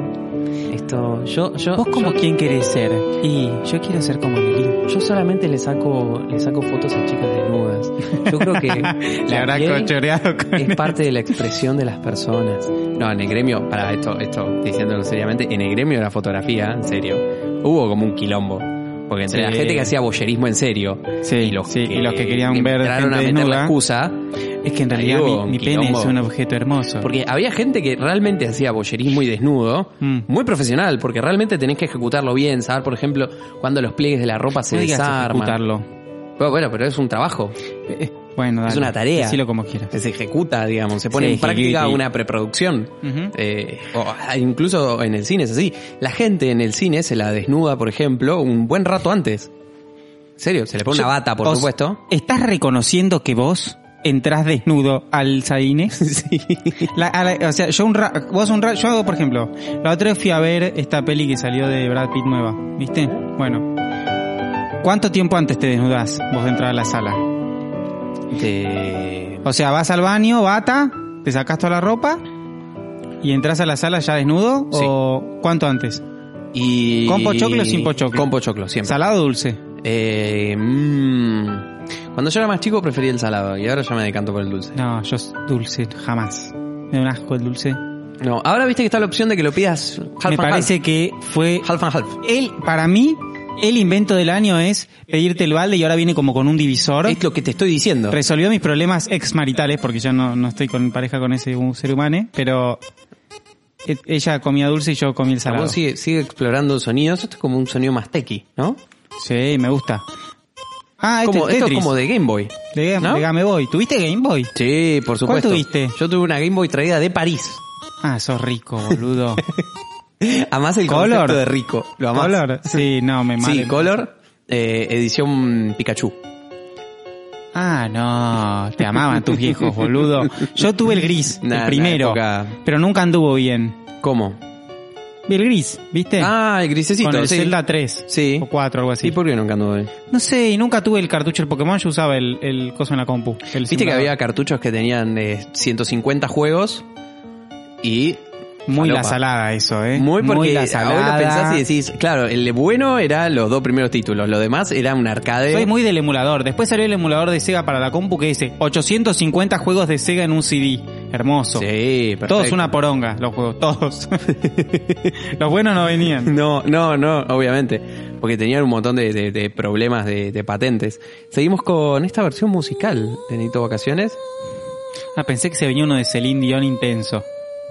[SPEAKER 1] Esto. Yo, yo.
[SPEAKER 2] ¿Vos como
[SPEAKER 1] yo,
[SPEAKER 2] quién querés ser? Y yo quiero ser como Emily.
[SPEAKER 1] yo solamente le saco, le saco fotos a chicas desnudas. Yo creo que.
[SPEAKER 2] Le habrá
[SPEAKER 1] piel-
[SPEAKER 2] cochoreado con
[SPEAKER 1] es parte de la expresión de las personas. No, en el gremio, para esto, esto, diciéndolo seriamente, en el gremio de la fotografía, en serio, hubo como un quilombo. Porque entre
[SPEAKER 2] Sí.
[SPEAKER 1] la gente que hacía boyerismo en serio
[SPEAKER 2] Sí,
[SPEAKER 1] y, los
[SPEAKER 2] sí,
[SPEAKER 1] que,
[SPEAKER 2] y los que querían ver
[SPEAKER 1] entraron a
[SPEAKER 2] gente
[SPEAKER 1] meter la
[SPEAKER 2] desnuda.
[SPEAKER 1] excusa,
[SPEAKER 2] Es que en realidad
[SPEAKER 1] Digo,
[SPEAKER 2] mi, mi
[SPEAKER 1] un
[SPEAKER 2] pene
[SPEAKER 1] quilombo.
[SPEAKER 2] es un objeto hermoso.
[SPEAKER 1] porque había gente que realmente hacía boyerismo y desnudo,
[SPEAKER 2] Mm.
[SPEAKER 1] muy profesional, porque realmente tenés que ejecutarlo bien, saber, por ejemplo, cuando los pliegues de la ropa se
[SPEAKER 2] No digas
[SPEAKER 1] desarman.
[SPEAKER 2] ejecutarlo.
[SPEAKER 1] Bueno, bueno, pero es un trabajo.
[SPEAKER 2] Eh, eh, Bueno, dale.
[SPEAKER 1] Es una tarea.
[SPEAKER 2] Decilo como quieras.
[SPEAKER 1] que se ejecuta, digamos, se pone
[SPEAKER 2] Se
[SPEAKER 1] en práctica
[SPEAKER 2] ejecuta.
[SPEAKER 1] una preproducción.
[SPEAKER 2] Ujú.
[SPEAKER 1] Eh, o incluso en el cine es así. La gente en el cine se la desnuda, por ejemplo, un buen rato antes. ¿En serio? Se le pone una bata, por
[SPEAKER 2] Os-
[SPEAKER 1] supuesto.
[SPEAKER 2] ¿Estás reconociendo que vos entrás desnudo al Saine? Sí. o sea, yo un ra- vos un ra- yo hago, por ejemplo, la otra vez fui a ver esta peli que salió de Brad Pitt nueva, ¿viste? Bueno. ¿Cuánto tiempo antes te desnudás vos de entrar a la sala?
[SPEAKER 1] De-
[SPEAKER 2] O sea, vas al baño, bata, te sacás toda la ropa y entras a la sala ya desnudo
[SPEAKER 1] Sí.
[SPEAKER 2] o cuánto antes?
[SPEAKER 1] Y...
[SPEAKER 2] ¿Con pochoclo o sin pochoclo?
[SPEAKER 1] Con pochoclo, siempre.
[SPEAKER 2] ¿Salado o dulce?
[SPEAKER 1] Eh, mm. Cuando yo era más chico prefería el salado y ahora ya me decanto por el dulce.
[SPEAKER 2] No, yo s- dulce jamás. Me da un asco el dulce.
[SPEAKER 1] No, ahora viste que está la opción de que lo pidas half
[SPEAKER 2] Me
[SPEAKER 1] and
[SPEAKER 2] parece que fue
[SPEAKER 1] half. half and half.
[SPEAKER 2] El, para mí, el invento del año es pedirte el balde y ahora viene como con un divisor.
[SPEAKER 1] Es lo que te estoy diciendo.
[SPEAKER 2] Resolvió mis problemas exmaritales, porque yo no, no estoy con pareja con ese un ser humano, ¿eh? pero e- ella comía dulce y yo comí el salado.
[SPEAKER 1] Vos sigue, sigue explorando sonidos. Esto es como un sonido más tequi, ¿no?
[SPEAKER 2] Sí, me gusta. Ah, este
[SPEAKER 1] Como-
[SPEAKER 2] es
[SPEAKER 1] esto es
[SPEAKER 2] Tetris.
[SPEAKER 1] como de Game Boy.
[SPEAKER 2] de, Game-
[SPEAKER 1] ¿no?
[SPEAKER 2] de Game Boy. ¿Tuviste Game Boy?
[SPEAKER 1] Sí, por supuesto.
[SPEAKER 2] tuviste?
[SPEAKER 1] Yo tuve una Game Boy traída de París.
[SPEAKER 2] Ah, sos rico, boludo.
[SPEAKER 1] Amás el
[SPEAKER 2] Color.
[SPEAKER 1] concepto de rico. Lo amás.
[SPEAKER 2] ¿Color? Sí, no, me mal.
[SPEAKER 1] Sí, Color, eh, edición Pikachu.
[SPEAKER 2] Ah, no, te amaban tus viejos, boludo. Yo tuve el gris,
[SPEAKER 1] Nah,
[SPEAKER 2] el
[SPEAKER 1] la
[SPEAKER 2] primero,
[SPEAKER 1] época-
[SPEAKER 2] pero nunca anduvo bien.
[SPEAKER 1] ¿Cómo?
[SPEAKER 2] El gris, ¿viste?
[SPEAKER 1] Ah, el grisecito.
[SPEAKER 2] Con el
[SPEAKER 1] sí.
[SPEAKER 2] Zelda 3
[SPEAKER 1] Sí.
[SPEAKER 2] o 4, algo así.
[SPEAKER 1] ¿Y por qué nunca anduvo bien?
[SPEAKER 2] No sé, y nunca tuve el cartucho del Pokémon, yo usaba el, el coso en la compu. el
[SPEAKER 1] Viste que
[SPEAKER 2] simulador.
[SPEAKER 1] había cartuchos que tenían eh, 150 juegos y...
[SPEAKER 2] Muy la
[SPEAKER 1] falopa.
[SPEAKER 2] salada eso, ¿eh?
[SPEAKER 1] Muy porque
[SPEAKER 2] la
[SPEAKER 1] ahora
[SPEAKER 2] salada.
[SPEAKER 1] lo pensás y decís, claro, el bueno era los dos primeros títulos, lo demás era un arcade.
[SPEAKER 2] Soy muy del emulador. Después salió el emulador de Sega para la compu que dice 850 juegos de Sega en un CD. Hermoso.
[SPEAKER 1] Sí, perfecto.
[SPEAKER 2] Todos una poronga, los juegos, todos. los buenos no venían.
[SPEAKER 1] No, no, no, obviamente. Porque tenían un montón de, de- de problemas de, de patentes. Seguimos con esta versión musical de Nito Vacaciones.
[SPEAKER 2] Ah, pensé que se venía uno de Celine Dion intenso.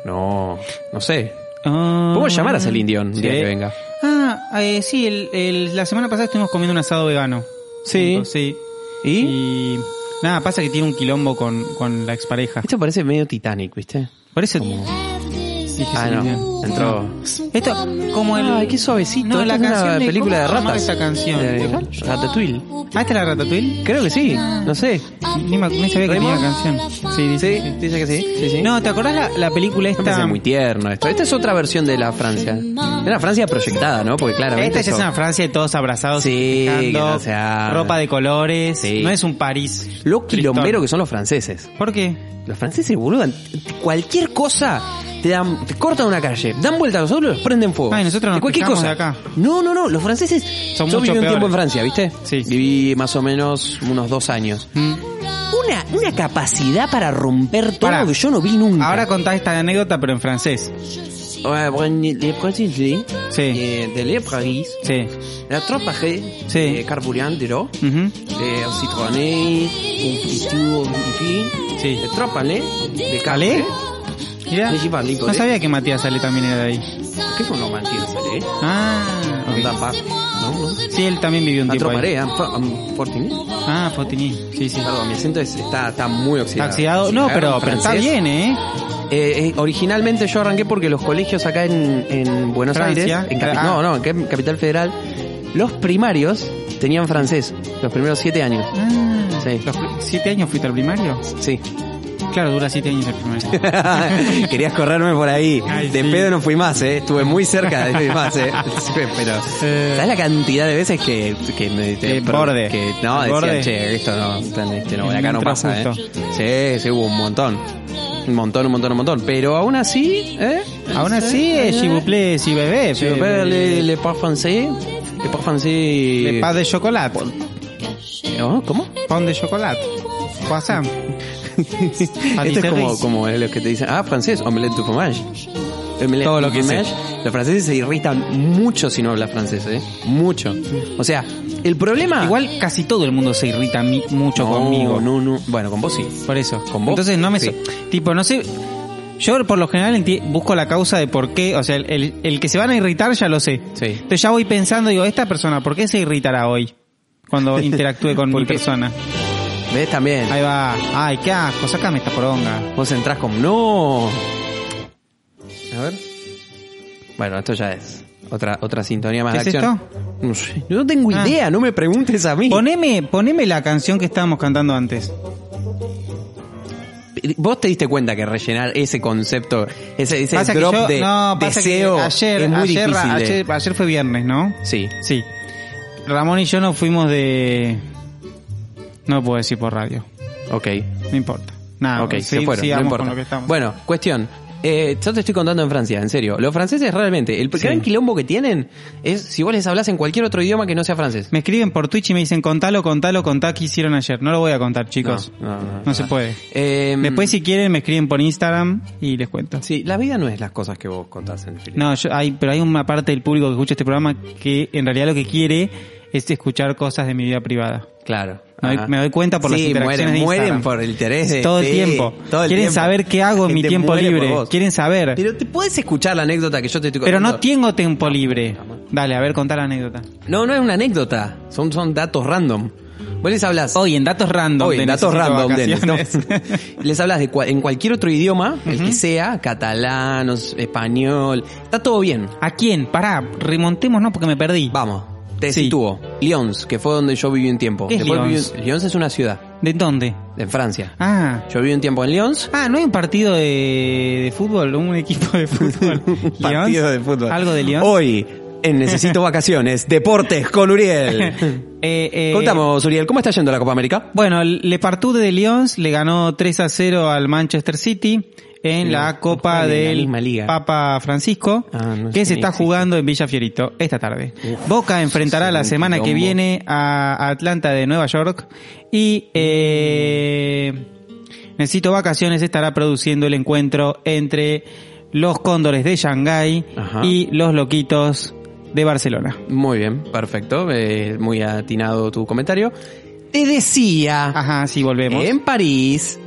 [SPEAKER 1] No, no sé.
[SPEAKER 2] ¿Cómo
[SPEAKER 1] Podemos llamar a Celine Dion un día que venga.
[SPEAKER 2] Ah, eh, sí, el- el- la semana pasada estuvimos comiendo un asado vegano.
[SPEAKER 1] Sí.
[SPEAKER 2] Sí.
[SPEAKER 1] ¿Y?
[SPEAKER 2] Y nada, pasa que tiene un quilombo con, con la expareja.
[SPEAKER 1] Esto parece medio Titanic, ¿viste?
[SPEAKER 2] Por eso
[SPEAKER 4] Dije,
[SPEAKER 1] Ah, no. Entró.
[SPEAKER 2] esto como el
[SPEAKER 1] Ay, qué suavecito.
[SPEAKER 2] No,
[SPEAKER 1] Esto
[SPEAKER 2] la
[SPEAKER 1] es una
[SPEAKER 2] canción de-
[SPEAKER 1] película de
[SPEAKER 2] ¿cómo se llama
[SPEAKER 1] ratas.
[SPEAKER 2] esa canción?
[SPEAKER 1] Eh,
[SPEAKER 2] ¿Cuál?
[SPEAKER 1] Ratatouille.
[SPEAKER 2] Ah, esta es la Ratatouille.
[SPEAKER 1] Creo que sí, no sé.
[SPEAKER 2] Ni me ni sabía que
[SPEAKER 1] ¿Remo?
[SPEAKER 2] tenía canción. Sí, dice.
[SPEAKER 1] Sí, dice que sí. sí, sí.
[SPEAKER 2] No, ¿te acordás la, la película
[SPEAKER 1] Me
[SPEAKER 2] esta?
[SPEAKER 1] parece muy tierno esto. Esta es otra versión de la Francia. De la Francia proyectada, ¿no? Porque claramente.
[SPEAKER 2] esta ya es
[SPEAKER 1] eso-
[SPEAKER 2] una Francia de todos abrazados,
[SPEAKER 1] Sí, que
[SPEAKER 2] festejando,
[SPEAKER 1] no se habla.
[SPEAKER 2] ropa de colores,
[SPEAKER 1] Sí.
[SPEAKER 2] no es un París.
[SPEAKER 1] Lo quilombero
[SPEAKER 2] Tristón.
[SPEAKER 1] que son los franceses.
[SPEAKER 2] ¿Por qué?
[SPEAKER 1] Los franceses, boludo, ant- cualquier cosa te, dan, te cortan una calle, dan vuelta a los autos y los prenden fuego.
[SPEAKER 2] Ay, nosotros nos
[SPEAKER 1] De cualquier
[SPEAKER 2] quejamos
[SPEAKER 1] cosa.
[SPEAKER 2] de acá.
[SPEAKER 1] No, no, no. Los franceses.
[SPEAKER 2] Son
[SPEAKER 1] Yo
[SPEAKER 2] mucho
[SPEAKER 1] viví un tiempo
[SPEAKER 2] peores.
[SPEAKER 1] en Francia, ¿viste?
[SPEAKER 2] Sí.
[SPEAKER 1] Viví más o menos unos dos años.
[SPEAKER 2] Mm.
[SPEAKER 1] Una, una capacidad para romper todo
[SPEAKER 2] Pará.
[SPEAKER 1] que yo no vi nunca.
[SPEAKER 2] Ahora contás esta anécdota, pero en francés.
[SPEAKER 1] Ouais, bueno, les Français,
[SPEAKER 2] Sí,
[SPEAKER 1] eh, de les Paris,
[SPEAKER 2] sí.
[SPEAKER 1] la tropa G,
[SPEAKER 2] Sí.
[SPEAKER 1] eh, carburante, ¿no?
[SPEAKER 2] Ujú.
[SPEAKER 1] de citronné, un pitiu, un pifi,
[SPEAKER 2] Sí.
[SPEAKER 1] de trópale, de
[SPEAKER 2] ¿Ale?
[SPEAKER 1] calé.
[SPEAKER 2] Mirá,
[SPEAKER 1] Sí, sí, para el
[SPEAKER 2] no sabía que Matías Ale también era de ahí.
[SPEAKER 1] ¿Qué son los mantinos, Ale?
[SPEAKER 2] Ah, ok.
[SPEAKER 1] Un dampa. No, no.
[SPEAKER 2] Sí, él también vivió un tiempo ahí.
[SPEAKER 1] Atrópale, Fortiné.
[SPEAKER 2] Ah, Fotini. Sí, sí.
[SPEAKER 1] Perdón, mi acento es- está, está muy
[SPEAKER 2] Está
[SPEAKER 1] oxidado.
[SPEAKER 2] oxidado. No,
[SPEAKER 1] Si
[SPEAKER 2] pero,
[SPEAKER 1] agarro
[SPEAKER 2] pero está
[SPEAKER 1] francés-
[SPEAKER 2] bien, ¿eh?
[SPEAKER 1] Eh, eh, originalmente yo arranqué porque los colegios acá en, en Buenos
[SPEAKER 2] Francia.
[SPEAKER 1] Aires, en capi-
[SPEAKER 2] Ah.
[SPEAKER 1] no, no, acá en Capital Federal, los primarios tenían francés, los primeros siete años.
[SPEAKER 2] Ah,
[SPEAKER 1] Sí.
[SPEAKER 2] ¿los pri- ¿Siete años fuiste al primario?
[SPEAKER 1] Sí.
[SPEAKER 2] Claro, dura siete años el primario.
[SPEAKER 1] Querías correrme por ahí.
[SPEAKER 2] Ay,
[SPEAKER 1] de
[SPEAKER 2] sí.
[SPEAKER 1] pedo no fui más, ¿eh? Estuve muy cerca de ir más, ¿eh? Sí, Pero,
[SPEAKER 2] Eh.
[SPEAKER 1] ¿sabes la cantidad de veces que... que me,
[SPEAKER 2] Que borde.
[SPEAKER 1] Que, no,
[SPEAKER 2] Que
[SPEAKER 1] decían,
[SPEAKER 2] borde.
[SPEAKER 1] che, esto no, este no, de acá no
[SPEAKER 2] Un
[SPEAKER 1] pasa,
[SPEAKER 2] trajusto.
[SPEAKER 1] ¿eh? Sí, sí, hubo un montón. Un montón, un montón, un montón. Pero aún así, ¿eh?
[SPEAKER 2] Aún así, eh, si vous plaît, si bebé.
[SPEAKER 1] Je veux le, le pas français. Le pas français...
[SPEAKER 2] pan de chocolate.
[SPEAKER 1] ¿No? ¿Cómo?
[SPEAKER 2] Pan de chocolate. Croissant.
[SPEAKER 1] Esto Este es
[SPEAKER 2] Patisserie.
[SPEAKER 1] como, como los que te dicen, ah, francés, omelette du fromage. Omelette
[SPEAKER 2] Todo lo
[SPEAKER 1] du
[SPEAKER 2] que sé.
[SPEAKER 1] fromage. Los franceses se irritan mucho si no hablas francés, ¿eh? Mucho. O sea, el problema...
[SPEAKER 2] Igual casi todo el mundo se irrita mi- mucho
[SPEAKER 1] Ah. no,
[SPEAKER 2] conmigo.
[SPEAKER 1] No, no. Bueno, con vos sí.
[SPEAKER 2] Por eso.
[SPEAKER 1] ¿Con vos?
[SPEAKER 2] Entonces no me...
[SPEAKER 1] Sí.
[SPEAKER 2] so- Tipo, no sé... Yo por lo general enti- busco la causa de por qué, o sea, el, el- el que se van a irritar ya lo sé.
[SPEAKER 1] Sí.
[SPEAKER 2] Entonces ya voy pensando, digo, esta persona, ¿por qué se irritará hoy? Cuando interactúe con mi
[SPEAKER 1] qué?
[SPEAKER 2] persona.
[SPEAKER 1] ¿Ves también?
[SPEAKER 2] Ahí va, ay, qué asco, sacame esta poronga.
[SPEAKER 1] Vos entrás con... No. A ver. Bueno, esto ya es otra, otra sintonía más
[SPEAKER 2] ¿Qué
[SPEAKER 1] de
[SPEAKER 2] es
[SPEAKER 1] acción.
[SPEAKER 2] esto?
[SPEAKER 1] No sé. No tengo
[SPEAKER 2] Ah.
[SPEAKER 1] idea, no me preguntes a mí.
[SPEAKER 2] Poneme, poneme la canción que estábamos cantando antes.
[SPEAKER 1] ¿Vos te diste cuenta que rellenar ese concepto, ese, ese
[SPEAKER 2] Pasa que
[SPEAKER 1] drop
[SPEAKER 2] yo-
[SPEAKER 1] de
[SPEAKER 2] no, pasa que
[SPEAKER 1] deseo
[SPEAKER 2] ayer,
[SPEAKER 1] es muy
[SPEAKER 2] ayer,
[SPEAKER 1] difícil? de-
[SPEAKER 2] ayer- ayer fue viernes, ¿no?
[SPEAKER 1] Sí.
[SPEAKER 2] Sí. Ramón y yo nos fuimos de... No lo puedo decir por radio.
[SPEAKER 1] Ok.
[SPEAKER 2] No importa. Nada,
[SPEAKER 1] ok,
[SPEAKER 2] Ah, sí,
[SPEAKER 1] se fueron,
[SPEAKER 2] sigamos
[SPEAKER 1] no
[SPEAKER 2] con lo que
[SPEAKER 1] importa.
[SPEAKER 2] estamos.
[SPEAKER 1] Bueno, cuestión. Eh, yo te estoy contando en Francia, en serio. Los franceses realmente, el gran quilombo que tienen es si vos les hablas en cualquier otro idioma que no sea francés.
[SPEAKER 2] Me escriben por Twitch y me dicen contalo, contalo, contá qué hicieron ayer. No lo voy a contar, chicos.
[SPEAKER 1] No, no, no, no.
[SPEAKER 2] se puede.
[SPEAKER 1] Eh,
[SPEAKER 2] Después si quieren me escriben por Instagram y les cuento.
[SPEAKER 1] Sí, la vida no es las cosas que vos contás en el film.
[SPEAKER 2] No, yo, hay, pero hay una parte del público que escucha este programa que en realidad lo que quiere es escuchar cosas de mi vida privada.
[SPEAKER 1] Claro.
[SPEAKER 2] Me doy-
[SPEAKER 1] Ajá.
[SPEAKER 2] me doy cuenta por las
[SPEAKER 1] Sí,
[SPEAKER 2] interacciones
[SPEAKER 1] mueren,
[SPEAKER 2] de
[SPEAKER 1] mueren
[SPEAKER 2] Instagram.
[SPEAKER 1] por el interés de-
[SPEAKER 2] todo el
[SPEAKER 1] sí,
[SPEAKER 2] tiempo.
[SPEAKER 1] todo el
[SPEAKER 2] quieren
[SPEAKER 1] tiempo.
[SPEAKER 2] saber qué hago en
[SPEAKER 1] La
[SPEAKER 2] mi
[SPEAKER 1] gente
[SPEAKER 2] tiempo
[SPEAKER 1] muere por
[SPEAKER 2] libre.
[SPEAKER 1] vos.
[SPEAKER 2] Quieren saber. Pero,
[SPEAKER 1] Pero te puedes escuchar la anécdota que yo te estoy contando.
[SPEAKER 2] no tengo tiempo libre. Dale, a ver, contá la anécdota.
[SPEAKER 1] No, no es una anécdota. Son, son datos random. Vos les hablas.
[SPEAKER 2] Hoy en datos random.
[SPEAKER 1] Hoy,
[SPEAKER 2] de
[SPEAKER 1] datos
[SPEAKER 2] Necesito
[SPEAKER 1] random, Dennis, ¿no?
[SPEAKER 2] Vacaciones.
[SPEAKER 1] Les hablas de cua- en cualquier otro idioma, el que sea, catalán, os- español. Está todo bien.
[SPEAKER 2] ¿A quién? Pará, remontemos, no, porque me perdí.
[SPEAKER 1] Vamos. Te
[SPEAKER 2] Sí.
[SPEAKER 1] sitúo. Lyons, que fue donde yo viví un tiempo.
[SPEAKER 2] ¿Qué es
[SPEAKER 1] Después viví
[SPEAKER 2] Lyons?
[SPEAKER 1] en- Lyons es una ciudad,
[SPEAKER 2] ¿De dónde?
[SPEAKER 1] en Francia.
[SPEAKER 2] Ah.
[SPEAKER 1] Yo viví un tiempo en Lyons.
[SPEAKER 2] Ah, ¿no hay un partido de, de fútbol? ¿Un equipo de fútbol? ¿León?
[SPEAKER 1] Partido de fútbol.
[SPEAKER 2] ¿Algo de León?
[SPEAKER 1] Hoy, en Necesito Vacaciones, Deportes con Uriel.
[SPEAKER 2] Eh, eh,
[SPEAKER 1] Contamos, Uriel, ¿cómo está yendo la Copa América?
[SPEAKER 2] Bueno, Le Partout de Lyon le ganó 3 a 0 al Manchester City en
[SPEAKER 1] Sí,
[SPEAKER 2] la
[SPEAKER 1] no
[SPEAKER 2] Copa
[SPEAKER 1] juegan en la
[SPEAKER 2] del
[SPEAKER 1] misma liga.
[SPEAKER 2] Papa Francisco,
[SPEAKER 1] Ah, no,
[SPEAKER 2] que
[SPEAKER 1] sí,
[SPEAKER 2] se está
[SPEAKER 1] existe.
[SPEAKER 2] jugando en Villa Fiorito esta tarde.
[SPEAKER 1] Uf,
[SPEAKER 2] Boca enfrentará
[SPEAKER 1] es
[SPEAKER 2] la
[SPEAKER 1] un
[SPEAKER 2] semana que
[SPEAKER 1] quilombo.
[SPEAKER 2] viene a Atlanta de Nueva York y eh, Necesito Vacaciones estará produciendo el encuentro entre los Cóndores de Shanghái
[SPEAKER 1] Ajá.
[SPEAKER 2] y los Loquitos de Barcelona.
[SPEAKER 1] Muy bien, perfecto. eh, muy atinado tu comentario. Te decía,
[SPEAKER 2] Ajá, sí, volvemos.
[SPEAKER 1] en París,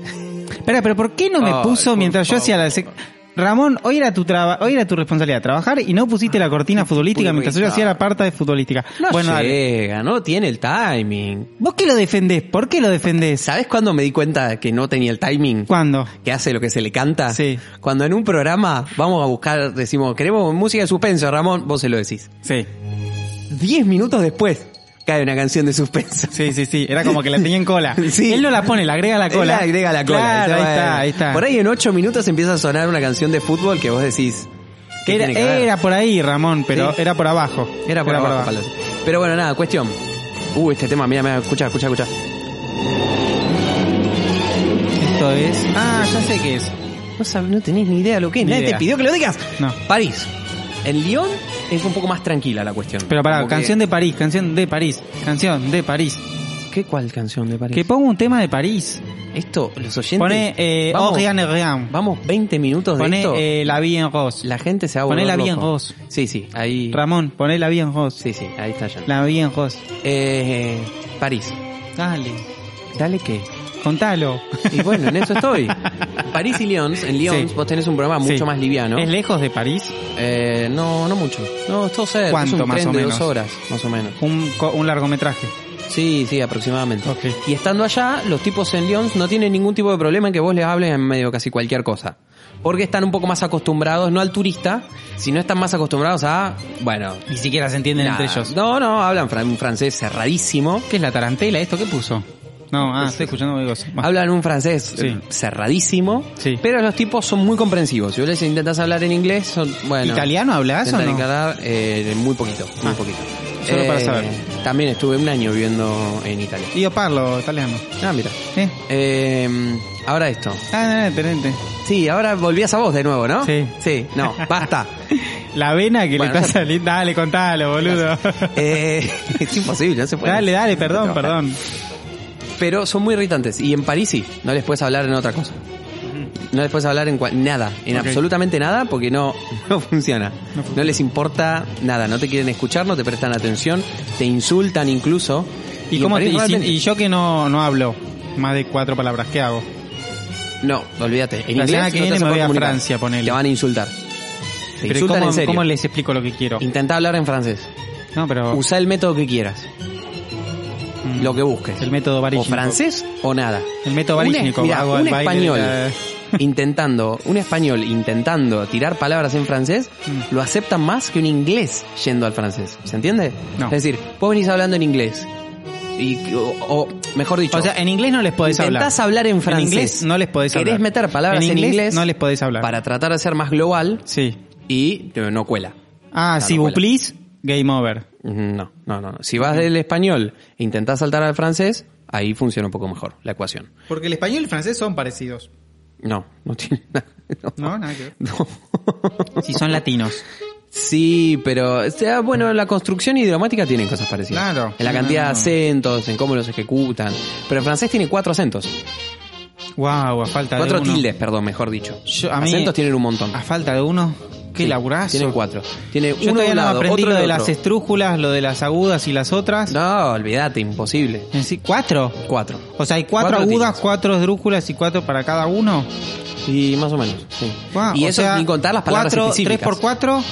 [SPEAKER 2] Espera, pero ¿por qué no me
[SPEAKER 1] Ay,
[SPEAKER 2] puso
[SPEAKER 1] por
[SPEAKER 2] mientras yo
[SPEAKER 1] favor.
[SPEAKER 2] hacía la sec- Ramón, hoy era tu traba, hoy era tu responsabilidad trabajar y no pusiste la cortina futbolística mientras yo
[SPEAKER 1] purita.
[SPEAKER 2] hacía la parte de futbolística.
[SPEAKER 1] Ah, no
[SPEAKER 2] bueno, dale.
[SPEAKER 1] llega, no tiene el timing.
[SPEAKER 2] ¿vos qué lo defendés? ¿Por qué lo defendés?
[SPEAKER 1] ¿Sabes cuándo me di cuenta que no tenía el timing?
[SPEAKER 2] ¿Cuándo?
[SPEAKER 1] Que hace lo que se le canta.
[SPEAKER 2] Sí.
[SPEAKER 1] Cuando en un programa vamos a buscar, decimos, queremos música de suspenso, Ramón, vos se lo decís.
[SPEAKER 2] Sí.
[SPEAKER 1] Diez minutos después cae una canción de suspenso.
[SPEAKER 2] Sí, sí, sí, era como que la tenía en cola.
[SPEAKER 1] Sí.
[SPEAKER 2] Él no la pone, la agrega a la
[SPEAKER 1] Él
[SPEAKER 2] cola.
[SPEAKER 1] la agrega la cola.
[SPEAKER 2] Claro,
[SPEAKER 1] Dice,
[SPEAKER 2] ahí
[SPEAKER 1] bueno.
[SPEAKER 2] está, ahí está.
[SPEAKER 1] Por ahí en ocho minutos empieza a sonar una canción de fútbol que vos decís. ¿qué
[SPEAKER 2] Que era,
[SPEAKER 1] tiene que ver?
[SPEAKER 2] era por ahí, Ramón, pero
[SPEAKER 1] Sí.
[SPEAKER 2] era por abajo.
[SPEAKER 1] Era por abajo, Palos. Pero bueno, nada, cuestión. Uh, este tema, mira, mira, escucha, escucha, escucha.
[SPEAKER 2] Esto es. Ah, ya sé qué es.
[SPEAKER 1] No, sab- no tenés ni idea lo que es.
[SPEAKER 2] Ni
[SPEAKER 1] Nadie
[SPEAKER 2] idea.
[SPEAKER 1] te pidió que lo digas.
[SPEAKER 2] No.
[SPEAKER 1] París. En Lyon es un poco más tranquila la cuestión.
[SPEAKER 2] Pero pará,
[SPEAKER 1] Como que-
[SPEAKER 2] canción de París, canción de París, canción de París.
[SPEAKER 1] ¿Qué cuál canción de París?
[SPEAKER 2] Que pongo un tema de París.
[SPEAKER 1] Esto, los oyentes.
[SPEAKER 2] Pone eh,
[SPEAKER 1] vamos,
[SPEAKER 2] Oriane Rian.
[SPEAKER 1] vamos 20 minutos de esto.
[SPEAKER 2] Pone eh, La Vie en Rose.
[SPEAKER 1] la gente se va a
[SPEAKER 2] poné
[SPEAKER 1] volver
[SPEAKER 2] La Vie en
[SPEAKER 1] loco.
[SPEAKER 2] Rose.
[SPEAKER 1] Sí, sí, ahí.
[SPEAKER 2] Ramón, poné La Vie en Rose.
[SPEAKER 1] Sí, sí, ahí está ya.
[SPEAKER 2] La Vie en Rose.
[SPEAKER 1] Eh, París.
[SPEAKER 2] Dale,
[SPEAKER 1] Dale que.
[SPEAKER 2] contalo.
[SPEAKER 1] Y bueno, en eso estoy. París y Lyon, en Lyon
[SPEAKER 2] Sí.
[SPEAKER 1] vos tenés un programa mucho
[SPEAKER 2] Sí.
[SPEAKER 1] más liviano.
[SPEAKER 2] ¿Es lejos de París?
[SPEAKER 1] Eh, no, no mucho. No, es todo cerca.
[SPEAKER 2] ¿Cuánto,
[SPEAKER 1] es un
[SPEAKER 2] más
[SPEAKER 1] tren
[SPEAKER 2] o
[SPEAKER 1] de
[SPEAKER 2] menos?
[SPEAKER 1] dos horas, más o menos.
[SPEAKER 2] Un, co- un largometraje.
[SPEAKER 1] Sí, sí, aproximadamente.
[SPEAKER 2] Ok.
[SPEAKER 1] Y estando allá, los tipos en Lyon no tienen ningún tipo de problema en que vos les hables en medio de casi cualquier cosa. Porque están un poco más acostumbrados, no al turista, sino están más acostumbrados a, bueno,
[SPEAKER 2] Ni siquiera se entienden
[SPEAKER 1] nada.
[SPEAKER 2] entre ellos.
[SPEAKER 1] No, no, hablan fran- un francés cerradísimo.
[SPEAKER 2] ¿Qué es la tarantela esto? ¿Qué puso? No, ah, estoy escuchando amigos.
[SPEAKER 1] Hablan un francés
[SPEAKER 2] Sí.
[SPEAKER 1] eh, cerradísimo,
[SPEAKER 2] Sí.
[SPEAKER 1] pero los tipos son muy comprensivos. Si vos les intentás hablar en inglés, son, bueno...
[SPEAKER 2] ¿Italiano hablas o
[SPEAKER 1] Intentan
[SPEAKER 2] no?
[SPEAKER 1] encarar, eh, muy poquito, muy
[SPEAKER 2] Ah,
[SPEAKER 1] poquito. Eh,
[SPEAKER 2] solo para saber.
[SPEAKER 1] También estuve un año viviendo en Italia.
[SPEAKER 2] Io parlo italiano.
[SPEAKER 1] Ah, mira.
[SPEAKER 2] ¿Eh?
[SPEAKER 1] Eh, ahora esto.
[SPEAKER 2] Ah, no, no, tenente.
[SPEAKER 1] Sí, ahora volvías a vos de nuevo, ¿no?
[SPEAKER 2] Sí.
[SPEAKER 1] Sí, no, basta.
[SPEAKER 2] La vena que
[SPEAKER 1] Bueno,
[SPEAKER 2] le
[SPEAKER 1] ya-
[SPEAKER 2] está saliendo. Dale, contalo, boludo.
[SPEAKER 1] Eh, es imposible, no se puede.
[SPEAKER 2] dale, dale, perdón,
[SPEAKER 1] No,
[SPEAKER 2] perdón.
[SPEAKER 1] Pero son muy irritantes. Y en París sí, no les puedes hablar en otra cosa. No les puedes hablar en cua- nada, en
[SPEAKER 2] Ok.
[SPEAKER 1] absolutamente nada, porque no, no funciona.
[SPEAKER 2] No
[SPEAKER 1] No,
[SPEAKER 2] funciona.
[SPEAKER 1] les importa nada, no te quieren escuchar, no te prestan atención, te insultan incluso.
[SPEAKER 2] ¿Y,
[SPEAKER 1] en
[SPEAKER 2] cómo te-
[SPEAKER 1] París
[SPEAKER 2] y si-
[SPEAKER 1] realmente-
[SPEAKER 2] y yo que no, no hablo más de cuatro palabras, ¿qué hago?
[SPEAKER 1] No, olvídate. En
[SPEAKER 2] La
[SPEAKER 1] inglés
[SPEAKER 2] semana
[SPEAKER 1] no
[SPEAKER 2] que
[SPEAKER 1] te
[SPEAKER 2] viene
[SPEAKER 1] vas
[SPEAKER 2] me voy
[SPEAKER 1] poder
[SPEAKER 2] a
[SPEAKER 1] comunicar.
[SPEAKER 2] Francia, ponele.
[SPEAKER 1] Te van a insultar. Te
[SPEAKER 2] Pero ¿y
[SPEAKER 1] insultan
[SPEAKER 2] cómo,
[SPEAKER 1] en serio.
[SPEAKER 2] cómo Oh. les explico lo que quiero?
[SPEAKER 1] Intenta hablar en francés.
[SPEAKER 2] No, pero
[SPEAKER 1] Usa el método que quieras,
[SPEAKER 2] mm,
[SPEAKER 1] lo que busques.
[SPEAKER 2] el método
[SPEAKER 1] o
[SPEAKER 2] barísnico.
[SPEAKER 1] francés o nada.
[SPEAKER 2] El método barísnico.
[SPEAKER 1] Un es- mirá,
[SPEAKER 2] hago
[SPEAKER 1] un
[SPEAKER 2] el baile de
[SPEAKER 1] español.
[SPEAKER 2] la-
[SPEAKER 1] intentando, un español intentando tirar palabras en francés,
[SPEAKER 2] Mm.
[SPEAKER 1] lo aceptan más que un inglés yendo al francés. ¿Se entiende?
[SPEAKER 2] No.
[SPEAKER 1] Es decir, vos venís hablando en inglés. Y, o, o, mejor dicho,
[SPEAKER 2] O sea, en inglés no les podés
[SPEAKER 1] intentás
[SPEAKER 2] hablar.
[SPEAKER 1] hablar en francés.
[SPEAKER 2] En inglés no les podés hablar.
[SPEAKER 1] Querés meter palabras en
[SPEAKER 2] inglés,
[SPEAKER 1] inglés
[SPEAKER 2] no les podés hablar.
[SPEAKER 1] para tratar de ser más global
[SPEAKER 2] Sí.
[SPEAKER 1] y eh, no cuela.
[SPEAKER 2] Ah,
[SPEAKER 1] no
[SPEAKER 2] si vous
[SPEAKER 1] cuela.
[SPEAKER 2] please, game over.
[SPEAKER 1] No, no, no. no. Si vas del español e intentás saltar al francés, ahí funciona un poco mejor la ecuación.
[SPEAKER 2] Porque el español y el francés son parecidos.
[SPEAKER 1] No, no tiene nada.
[SPEAKER 2] No, nada que ver.
[SPEAKER 1] No.
[SPEAKER 2] Si son latinos.
[SPEAKER 1] Sí, pero o sea, bueno, la construcción idiomática tienen cosas parecidas.
[SPEAKER 2] Claro.
[SPEAKER 1] En la cantidad de
[SPEAKER 2] No.
[SPEAKER 1] acentos, en cómo los ejecutan. Pero el francés tiene cuatro acentos.
[SPEAKER 2] Wow, a falta de
[SPEAKER 1] cuatro
[SPEAKER 2] uno.
[SPEAKER 1] tildes, perdón, mejor dicho.
[SPEAKER 2] Yo- a mí-
[SPEAKER 1] acentos tienen un montón.
[SPEAKER 2] A falta de uno. Qué
[SPEAKER 1] Sí,
[SPEAKER 2] laburazo.
[SPEAKER 1] Tienen cuatro. Tiene
[SPEAKER 2] Yo
[SPEAKER 1] uno de
[SPEAKER 2] todavía
[SPEAKER 1] un
[SPEAKER 2] no
[SPEAKER 1] lado,
[SPEAKER 2] aprendí
[SPEAKER 1] otro
[SPEAKER 2] lo de
[SPEAKER 1] del
[SPEAKER 2] las
[SPEAKER 1] otro.
[SPEAKER 2] estrújulas, lo de las agudas y las otras.
[SPEAKER 1] No, olvídate, imposible.
[SPEAKER 2] En sí, ¿Cuatro?
[SPEAKER 1] Cuatro.
[SPEAKER 2] O sea, hay cuatro,
[SPEAKER 1] Cuatro
[SPEAKER 2] agudas,
[SPEAKER 1] tildes.
[SPEAKER 2] cuatro esdrújulas y cuatro para cada uno.
[SPEAKER 1] Y más o menos, sí.
[SPEAKER 2] Guau,
[SPEAKER 1] y
[SPEAKER 2] o
[SPEAKER 1] eso
[SPEAKER 2] sea,
[SPEAKER 1] sin contar las palabras
[SPEAKER 2] cuatro,
[SPEAKER 1] específicas.
[SPEAKER 2] Tres por cuatro,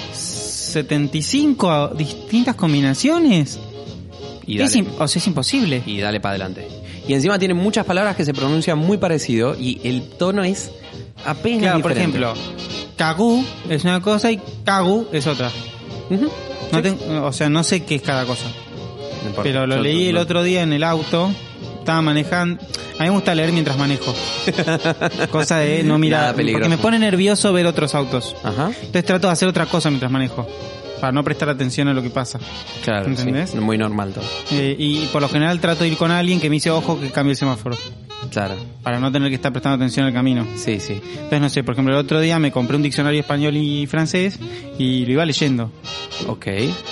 [SPEAKER 2] 75 distintas combinaciones.
[SPEAKER 1] Y
[SPEAKER 2] Es
[SPEAKER 1] dale.
[SPEAKER 2] im- o sea, es imposible.
[SPEAKER 1] y dale para adelante. Y encima tiene muchas palabras que se pronuncian muy parecido y el tono es apenas
[SPEAKER 2] claro, por
[SPEAKER 1] diferente.
[SPEAKER 2] ejemplo, cagú es una cosa y cagú es otra.
[SPEAKER 1] Ujú.
[SPEAKER 2] No ten- o sea, no sé qué es cada cosa.
[SPEAKER 1] No importa.
[SPEAKER 2] Pero lo
[SPEAKER 1] Yo-
[SPEAKER 2] leí el
[SPEAKER 1] no-
[SPEAKER 2] otro día en el auto. Estaba manejando. A mí me gusta leer mientras manejo. Cosa de no
[SPEAKER 1] Nada
[SPEAKER 2] mirar. Porque
[SPEAKER 1] peligroso.
[SPEAKER 2] me pone nervioso ver otros autos.
[SPEAKER 1] Ajá,
[SPEAKER 2] Entonces trato de hacer otra cosa mientras manejo. Para no prestar atención a lo que pasa.
[SPEAKER 1] claro, sí.
[SPEAKER 2] ¿Entendés?
[SPEAKER 1] muy normal todo.
[SPEAKER 2] Eh, y por lo general trato de ir con alguien que me dice ojo que cambie el semáforo.
[SPEAKER 1] Claro,
[SPEAKER 2] Para no tener que estar prestando atención al camino.
[SPEAKER 1] sí, sí.
[SPEAKER 2] Entonces, no sé, por ejemplo, el otro día me compré un diccionario español y francés y lo iba leyendo.
[SPEAKER 1] Ok,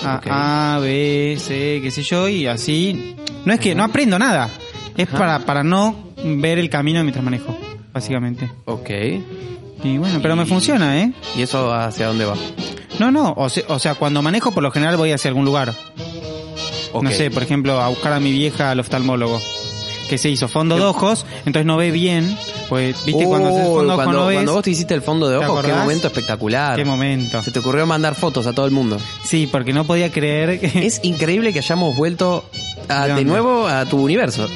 [SPEAKER 2] A,
[SPEAKER 1] ok.
[SPEAKER 2] A, B, C, qué sé yo, y así. No es que no aprendo nada. Es
[SPEAKER 1] Ajá.
[SPEAKER 2] para, para no ver el camino mientras manejo, básicamente.
[SPEAKER 1] ok.
[SPEAKER 2] Y bueno, pero me
[SPEAKER 1] Y-
[SPEAKER 2] funciona, ¿eh?
[SPEAKER 1] ¿Y eso hacia dónde va?
[SPEAKER 2] No, no, o se- o sea, cuando manejo por lo general voy hacia algún lugar.
[SPEAKER 1] Ok.
[SPEAKER 2] No sé, por ejemplo, a buscar a mi vieja al oftalmólogo. Que se hizo fondo de ojos, entonces no ve bien. Pues, viste, cuando haces
[SPEAKER 1] Oh,
[SPEAKER 2] fondo de ojo
[SPEAKER 1] cuando,
[SPEAKER 2] no ves.
[SPEAKER 1] cuando vos te hiciste el fondo de
[SPEAKER 2] ¿Te
[SPEAKER 1] ojos, qué
[SPEAKER 2] acordás?
[SPEAKER 1] momento espectacular.
[SPEAKER 2] Qué momento.
[SPEAKER 1] Se te ocurrió mandar fotos a todo el mundo.
[SPEAKER 2] Sí, porque no podía creer que.
[SPEAKER 1] Es increíble que hayamos vuelto a-
[SPEAKER 2] ¿De
[SPEAKER 1] de
[SPEAKER 2] dónde?
[SPEAKER 1] nuevo a tu universo.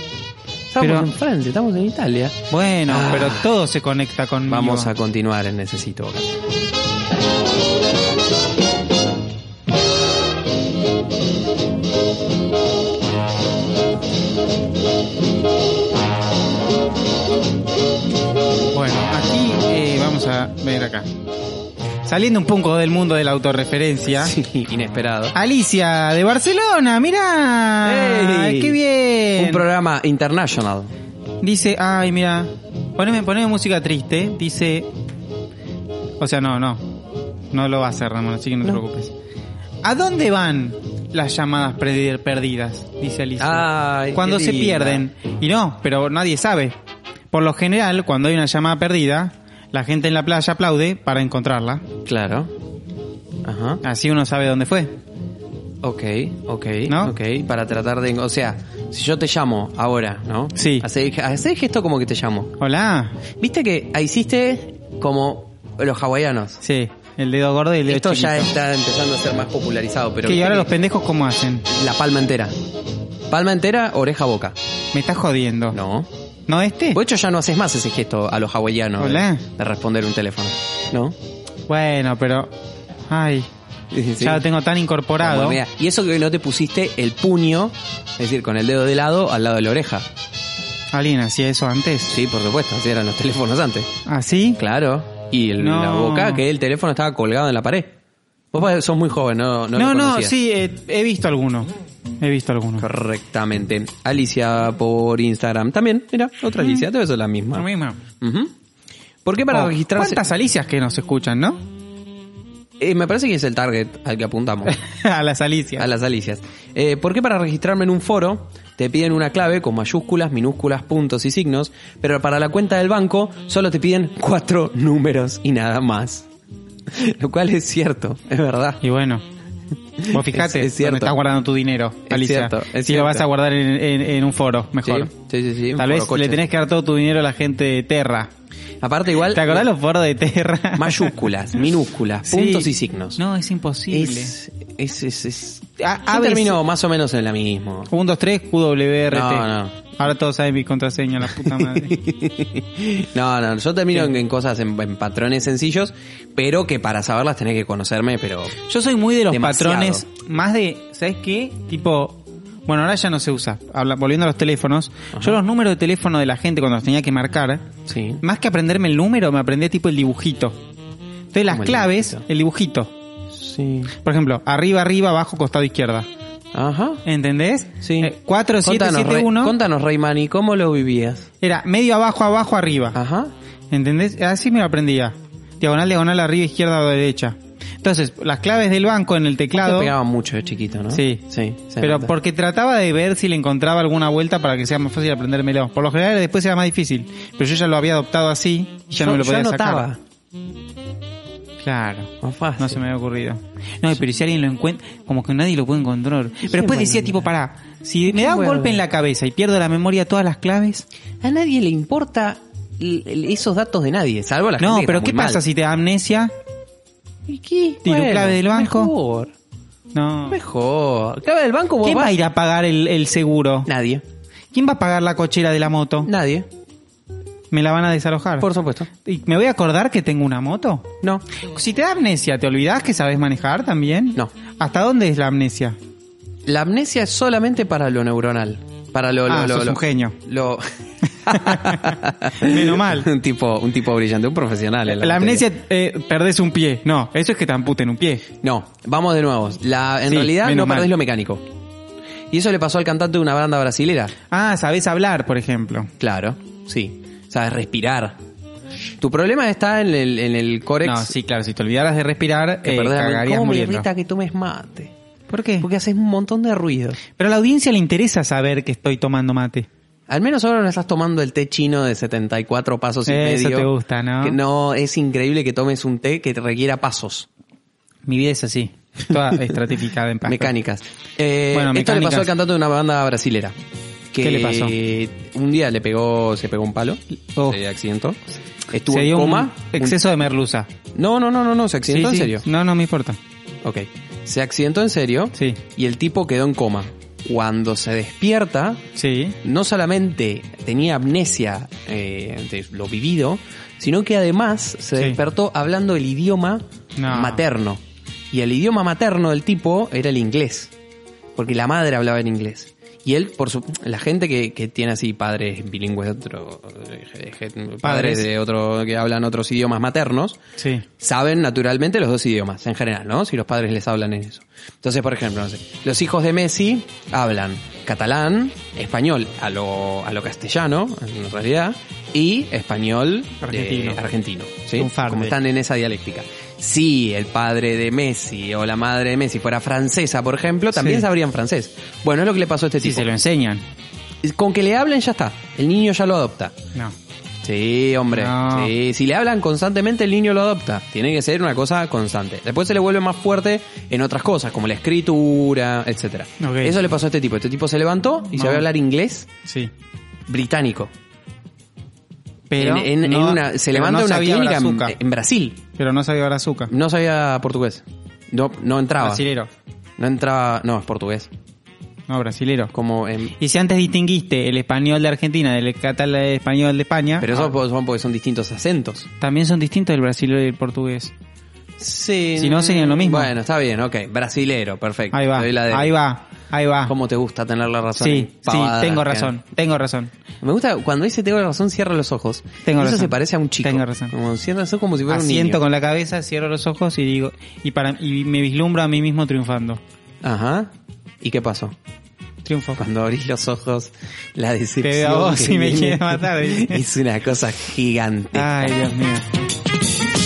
[SPEAKER 1] Estamos
[SPEAKER 2] Pero-
[SPEAKER 1] en Francia, estamos en Italia.
[SPEAKER 2] Bueno,
[SPEAKER 1] Ah.
[SPEAKER 2] pero todo se conecta con.
[SPEAKER 1] Vamos a continuar en Necesito Vacaciones.
[SPEAKER 2] Bueno, aquí eh, vamos a ver acá. Saliendo un poco del mundo de la autorreferencia.
[SPEAKER 1] Sí, inesperado.
[SPEAKER 2] Ah, Alicia de Barcelona, mirá.
[SPEAKER 1] ¡Ey!
[SPEAKER 2] ¡Qué bien!
[SPEAKER 1] Un programa international.
[SPEAKER 2] Dice, ay, mira, poneme, poneme música triste. Dice, o sea, no, no, no lo va a hacer, Ramón, así que no, te
[SPEAKER 1] No.
[SPEAKER 2] preocupes. ¿A dónde van las llamadas perdi- perdidas? Dice Alicia.
[SPEAKER 1] Ay,
[SPEAKER 2] cuando
[SPEAKER 1] qué
[SPEAKER 2] se
[SPEAKER 1] linda.
[SPEAKER 2] pierden. Y no, pero nadie sabe. Por lo general, cuando hay una llamada perdida, la gente en la playa aplaude para encontrarla.
[SPEAKER 1] Claro. Ajá.
[SPEAKER 2] Así uno sabe dónde fue.
[SPEAKER 1] Ok, ok,
[SPEAKER 2] ¿No?
[SPEAKER 1] ok. Para tratar de... O sea, si yo te llamo ahora, ¿no?
[SPEAKER 2] Sí.
[SPEAKER 1] Hacé hacé el gesto como que te llamo.
[SPEAKER 2] Hola.
[SPEAKER 1] Viste que ah, hiciste como los hawaianos.
[SPEAKER 2] Sí, el dedo gordo y el dedo
[SPEAKER 1] Esto ya
[SPEAKER 2] chiquito.
[SPEAKER 1] está empezando a ser más popularizado, pero...
[SPEAKER 2] Que y
[SPEAKER 1] viste
[SPEAKER 2] ahora los
[SPEAKER 1] que-
[SPEAKER 2] pendejos cómo hacen?
[SPEAKER 1] La palma entera. Palma entera, oreja, boca.
[SPEAKER 2] Me estás jodiendo.
[SPEAKER 1] No.
[SPEAKER 2] ¿No este?
[SPEAKER 1] De hecho, ya no haces más ese gesto a los hawaianos de-
[SPEAKER 2] Hola.
[SPEAKER 1] de responder un teléfono. ¿No?
[SPEAKER 2] Bueno, pero. Ay, ya lo tengo tan incorporado.
[SPEAKER 1] Como, mira, Y eso que no te pusiste el puño, es decir, con el dedo de lado al lado de la oreja.
[SPEAKER 2] Alguien hacía eso antes. ¿Ah,
[SPEAKER 1] Sí, por supuesto, así eran los teléfonos antes.
[SPEAKER 2] ¿Así?
[SPEAKER 1] Claro. Y el-
[SPEAKER 2] No.
[SPEAKER 1] la boca, que el teléfono estaba colgado en la pared. Vos pa- sos muy joven, no No,
[SPEAKER 2] No,
[SPEAKER 1] lo
[SPEAKER 2] no,
[SPEAKER 1] conocías.
[SPEAKER 2] sí, eh, he visto alguno. He visto alguno.
[SPEAKER 1] Correctamente. Alicia por Instagram también. Mira,
[SPEAKER 2] Mm.
[SPEAKER 1] otra Alicia, debe ser la misma.
[SPEAKER 2] Lo mismo.
[SPEAKER 1] Ujú. ¿Por qué para
[SPEAKER 2] Oh,
[SPEAKER 1] registrarse?
[SPEAKER 2] ¿Cuántas Alicias que nos escuchan, no?
[SPEAKER 1] Eh, me parece que es el target al que apuntamos.
[SPEAKER 2] A las Alicias.
[SPEAKER 1] A las Alicias. Eh, ¿Por qué para registrarme en un foro te piden una clave con mayúsculas, minúsculas, puntos y signos, pero para la cuenta del banco solo te piden cuatro números y nada más? Lo cual es cierto, es verdad.
[SPEAKER 2] Y bueno. Vos fijate
[SPEAKER 1] Es- es
[SPEAKER 2] dónde
[SPEAKER 1] cierto.
[SPEAKER 2] estás guardando tu dinero,
[SPEAKER 1] Es
[SPEAKER 2] Alicia.
[SPEAKER 1] cierto, es
[SPEAKER 2] si
[SPEAKER 1] cierto.
[SPEAKER 2] lo vas a guardar en, en- en un foro, mejor.
[SPEAKER 1] Sí, sí, sí, sí, un
[SPEAKER 2] Tal vez
[SPEAKER 1] foro coches.
[SPEAKER 2] le tenés que dar todo tu dinero a la gente de Terra.
[SPEAKER 1] Aparte igual, eh,
[SPEAKER 2] ¿Te acordás los foros de Terra?
[SPEAKER 1] mayúsculas, minúsculas,
[SPEAKER 2] Sí.
[SPEAKER 1] puntos y signos.
[SPEAKER 2] No, es imposible.
[SPEAKER 1] es, es, es, es...
[SPEAKER 2] A-
[SPEAKER 1] Yo
[SPEAKER 2] ABC.
[SPEAKER 1] termino más o menos en la misma.
[SPEAKER 2] 1, 2, 3, QWRT.
[SPEAKER 1] No, no.
[SPEAKER 2] Ahora todos saben mi contraseña, la puta madre.
[SPEAKER 1] no, no, yo termino en, en cosas, en, en patrones sencillos, pero que para saberlas tenés que conocerme, pero...
[SPEAKER 2] Yo soy muy de los
[SPEAKER 1] Demasiado.
[SPEAKER 2] patrones, más de, ¿sabes qué? Tipo, bueno, ahora ya no se usa. Habla- volviendo a los teléfonos, yo los números de teléfono de la gente cuando los tenía que marcar,
[SPEAKER 1] Sí.
[SPEAKER 2] más que aprenderme el número, me aprendí tipo el dibujito. Entonces las
[SPEAKER 1] ¿Cómo el
[SPEAKER 2] claves,
[SPEAKER 1] dibujito?
[SPEAKER 2] el dibujito.
[SPEAKER 1] Sí.
[SPEAKER 2] Por ejemplo, arriba, arriba, abajo, costado, izquierda.
[SPEAKER 1] Ajá.
[SPEAKER 2] ¿Entendés? Eh,
[SPEAKER 1] Sí.
[SPEAKER 2] 4, 7,
[SPEAKER 1] Contanos,
[SPEAKER 2] 7,
[SPEAKER 1] Rey-
[SPEAKER 2] 1.
[SPEAKER 1] Contanos, Reymani, ¿cómo lo vivías?
[SPEAKER 2] Era medio abajo, abajo, arriba.
[SPEAKER 1] Ajá.
[SPEAKER 2] ¿Entendés? Así me lo aprendía. Diagonal, diagonal, arriba, izquierda o derecha. Entonces, las claves del banco en el
[SPEAKER 1] Claro.
[SPEAKER 2] teclado.
[SPEAKER 1] pegaba mucho de chiquito, ¿no?
[SPEAKER 2] Sí.
[SPEAKER 1] Sí. se
[SPEAKER 2] Pero
[SPEAKER 1] nota.
[SPEAKER 2] porque trataba de ver si le encontraba alguna vuelta para que sea más fácil aprendérmelo. Por lo general después era más difícil. Pero yo ya lo había adoptado así y
[SPEAKER 1] Yo-
[SPEAKER 2] ya no me lo
[SPEAKER 1] yo
[SPEAKER 2] podía
[SPEAKER 1] anotaba.
[SPEAKER 2] sacar. Claro.
[SPEAKER 1] Más fácil.
[SPEAKER 2] No se me había ocurrido. No, pero si alguien lo encuentra, como que nadie lo puede encontrar. Pero después decía tipo, pará, si me da un
[SPEAKER 1] huevo?
[SPEAKER 2] golpe en la cabeza y pierdo la memoria todas las claves.
[SPEAKER 1] A nadie le importa l- l- esos datos de nadie, salvo la gente
[SPEAKER 2] No,
[SPEAKER 1] que
[SPEAKER 2] pero
[SPEAKER 1] está
[SPEAKER 2] ¿qué
[SPEAKER 1] muy
[SPEAKER 2] pasa
[SPEAKER 1] mal.
[SPEAKER 2] si te da amnesia?
[SPEAKER 1] ¿Y qué?
[SPEAKER 2] Tiro clave del banco.
[SPEAKER 1] Mejor.
[SPEAKER 2] No.
[SPEAKER 1] Mejor. Clave del banco vos
[SPEAKER 2] ¿Quién va
[SPEAKER 1] vas-
[SPEAKER 2] a ir a pagar el, el seguro?
[SPEAKER 1] Nadie.
[SPEAKER 2] ¿Quién va a pagar la cochera de la moto?
[SPEAKER 1] Nadie.
[SPEAKER 2] ¿Me la van a desalojar?
[SPEAKER 1] Por supuesto.
[SPEAKER 2] ¿Y ¿Me voy a acordar que tengo una moto?
[SPEAKER 1] No.
[SPEAKER 2] Si te da amnesia, ¿te olvidás que sabes manejar también?
[SPEAKER 1] No.
[SPEAKER 2] ¿Hasta dónde es la amnesia?
[SPEAKER 1] La amnesia es solamente para lo neuronal. Para lo... lo-
[SPEAKER 2] Ah,
[SPEAKER 1] lo-
[SPEAKER 2] sos
[SPEAKER 1] lo-
[SPEAKER 2] un genio.
[SPEAKER 1] Lo...
[SPEAKER 2] Menos mal.
[SPEAKER 1] un tipo, un tipo brillante, un profesional. en
[SPEAKER 2] La,
[SPEAKER 1] materia.
[SPEAKER 2] amnesia, eh, perdés un pie. No, eso es que te amputen un pie.
[SPEAKER 1] No, vamos de nuevo. La, en
[SPEAKER 2] Sí,
[SPEAKER 1] realidad no
[SPEAKER 2] menos mal.
[SPEAKER 1] perdés lo mecánico. Y eso le pasó al cantante de una banda brasilera.
[SPEAKER 2] Ah, sabés hablar, por ejemplo.
[SPEAKER 1] Claro, sí. Sabes respirar. Tu problema está en el, en el córex.
[SPEAKER 2] No, sí, claro, si te olvidaras de respirar,
[SPEAKER 1] que
[SPEAKER 2] eh,
[SPEAKER 1] perdés la-
[SPEAKER 2] cagarías
[SPEAKER 1] ¿Cómo me
[SPEAKER 2] muriendo.
[SPEAKER 1] irrita que tomes mate?
[SPEAKER 2] ¿Por qué?
[SPEAKER 1] Porque haces un montón de ruido.
[SPEAKER 2] Pero a la audiencia le interesa saber que estoy tomando mate.
[SPEAKER 1] Al menos ahora no estás tomando el té chino de 74 pasos y
[SPEAKER 2] Eso
[SPEAKER 1] medio.
[SPEAKER 2] te gusta, ¿no?
[SPEAKER 1] Que no, es increíble que tomes un té que te requiera pasos.
[SPEAKER 2] Mi vida es así. Toda estratificada en pasta.
[SPEAKER 1] Mecánicas. Eh,
[SPEAKER 2] Bueno,
[SPEAKER 1] esto le
[SPEAKER 2] mecánicas.
[SPEAKER 1] pasó al cantante de una banda brasilera. Que
[SPEAKER 2] ¿Qué le pasó?
[SPEAKER 1] Un día le pegó, se pegó un palo,
[SPEAKER 2] Oh.
[SPEAKER 1] se accidentó, estuvo
[SPEAKER 2] Se
[SPEAKER 1] en
[SPEAKER 2] dio
[SPEAKER 1] coma.
[SPEAKER 2] un exceso de merluza.
[SPEAKER 1] un- No, no, no, no, no, se
[SPEAKER 2] Sí,
[SPEAKER 1] accidentó
[SPEAKER 2] sí.
[SPEAKER 1] en serio.
[SPEAKER 2] No, no me importa.
[SPEAKER 1] Ok. Se accidentó en serio
[SPEAKER 2] Sí.
[SPEAKER 1] y el tipo quedó en coma. Cuando se despierta,
[SPEAKER 2] Sí.
[SPEAKER 1] no solamente tenía amnesia eh, de lo vivido, sino que además se
[SPEAKER 2] Sí.
[SPEAKER 1] despertó hablando el idioma
[SPEAKER 2] No.
[SPEAKER 1] materno. Y el idioma materno del tipo era el inglés, porque la madre hablaba en inglés. Y él, por su, la gente que, que tiene así padres bilingües, de otro, eh, je- padres de otro que hablan otros idiomas maternos,
[SPEAKER 2] Sí.
[SPEAKER 1] saben naturalmente los dos idiomas en general, ¿no? Si los padres les hablan en eso. Entonces, por ejemplo, no sé, los hijos de Messi hablan catalán, español a lo, a lo castellano, en realidad, y español de-
[SPEAKER 2] Argentino.
[SPEAKER 1] argentino, ¿sí?
[SPEAKER 2] Un farde.
[SPEAKER 1] Como están en esa dialéctica. Si el padre de Messi o la madre de Messi fuera francesa, por ejemplo, también
[SPEAKER 2] Sí.
[SPEAKER 1] sabrían francés. Bueno, es lo que le pasó a este
[SPEAKER 2] Sí,
[SPEAKER 1] tipo.
[SPEAKER 2] se lo enseñan.
[SPEAKER 1] Con que le hablen ya está. El niño ya lo adopta.
[SPEAKER 2] No.
[SPEAKER 1] Sí, hombre.
[SPEAKER 2] No.
[SPEAKER 1] Sí, si le hablan constantemente, el niño lo adopta. Tiene que ser una cosa constante. Después se le vuelve más fuerte en otras cosas, como la escritura, etcétera.
[SPEAKER 2] Ok.
[SPEAKER 1] Eso le pasó a este tipo. Este tipo se levantó y
[SPEAKER 2] No.
[SPEAKER 1] sabía hablar inglés
[SPEAKER 2] Sí.
[SPEAKER 1] británico.
[SPEAKER 2] Pero
[SPEAKER 1] En- en-
[SPEAKER 2] no-
[SPEAKER 1] en una- se
[SPEAKER 2] pero
[SPEAKER 1] levanta
[SPEAKER 2] no
[SPEAKER 1] en una
[SPEAKER 2] sabía
[SPEAKER 1] clínica en,
[SPEAKER 2] brazuca.
[SPEAKER 1] en Brasil.
[SPEAKER 2] Pero no sabía brazuca.
[SPEAKER 1] No sabía portugués. No, no entraba.
[SPEAKER 2] Brasilero.
[SPEAKER 1] No entraba. No, es portugués.
[SPEAKER 2] No, brasilero.
[SPEAKER 1] Como en-
[SPEAKER 2] Y si antes distinguiste el español de Argentina del catalán español de España,
[SPEAKER 1] Pero eso son porque son distintos acentos.
[SPEAKER 2] también son distintos el brasilero y el portugués.
[SPEAKER 1] Sí.
[SPEAKER 2] Si no, serían lo mismo.
[SPEAKER 1] Bueno, está bien, ok. Brasilero, perfecto.
[SPEAKER 2] Ahí va,
[SPEAKER 1] Doy la de-
[SPEAKER 2] ahí va, ahí va.
[SPEAKER 1] ¿Cómo te gusta tener la razón? en
[SPEAKER 2] Ah. Sí, sí,
[SPEAKER 1] pavadas,
[SPEAKER 2] tengo
[SPEAKER 1] que-
[SPEAKER 2] razón, tengo razón.
[SPEAKER 1] Me gusta cuando dice tengo la razón, cierra los ojos.
[SPEAKER 2] Tengo
[SPEAKER 1] Eso
[SPEAKER 2] razón.
[SPEAKER 1] se parece a un chico.
[SPEAKER 2] Tengo razón.
[SPEAKER 1] Como cierra los ojos como si fuera un
[SPEAKER 2] Asiento
[SPEAKER 1] niño.
[SPEAKER 2] con la cabeza, cierro los ojos y digo y para y me vislumbro a mí mismo triunfando.
[SPEAKER 1] Ajá. ¿Y qué pasó?
[SPEAKER 2] Triunfo.
[SPEAKER 1] Cuando abrís los ojos, la decepción.
[SPEAKER 2] Te veo a vos
[SPEAKER 1] que
[SPEAKER 2] y me
[SPEAKER 1] viene
[SPEAKER 2] quieres matar, dice. Ah.
[SPEAKER 1] Es una cosa gigante.
[SPEAKER 2] Ay, Dios mío.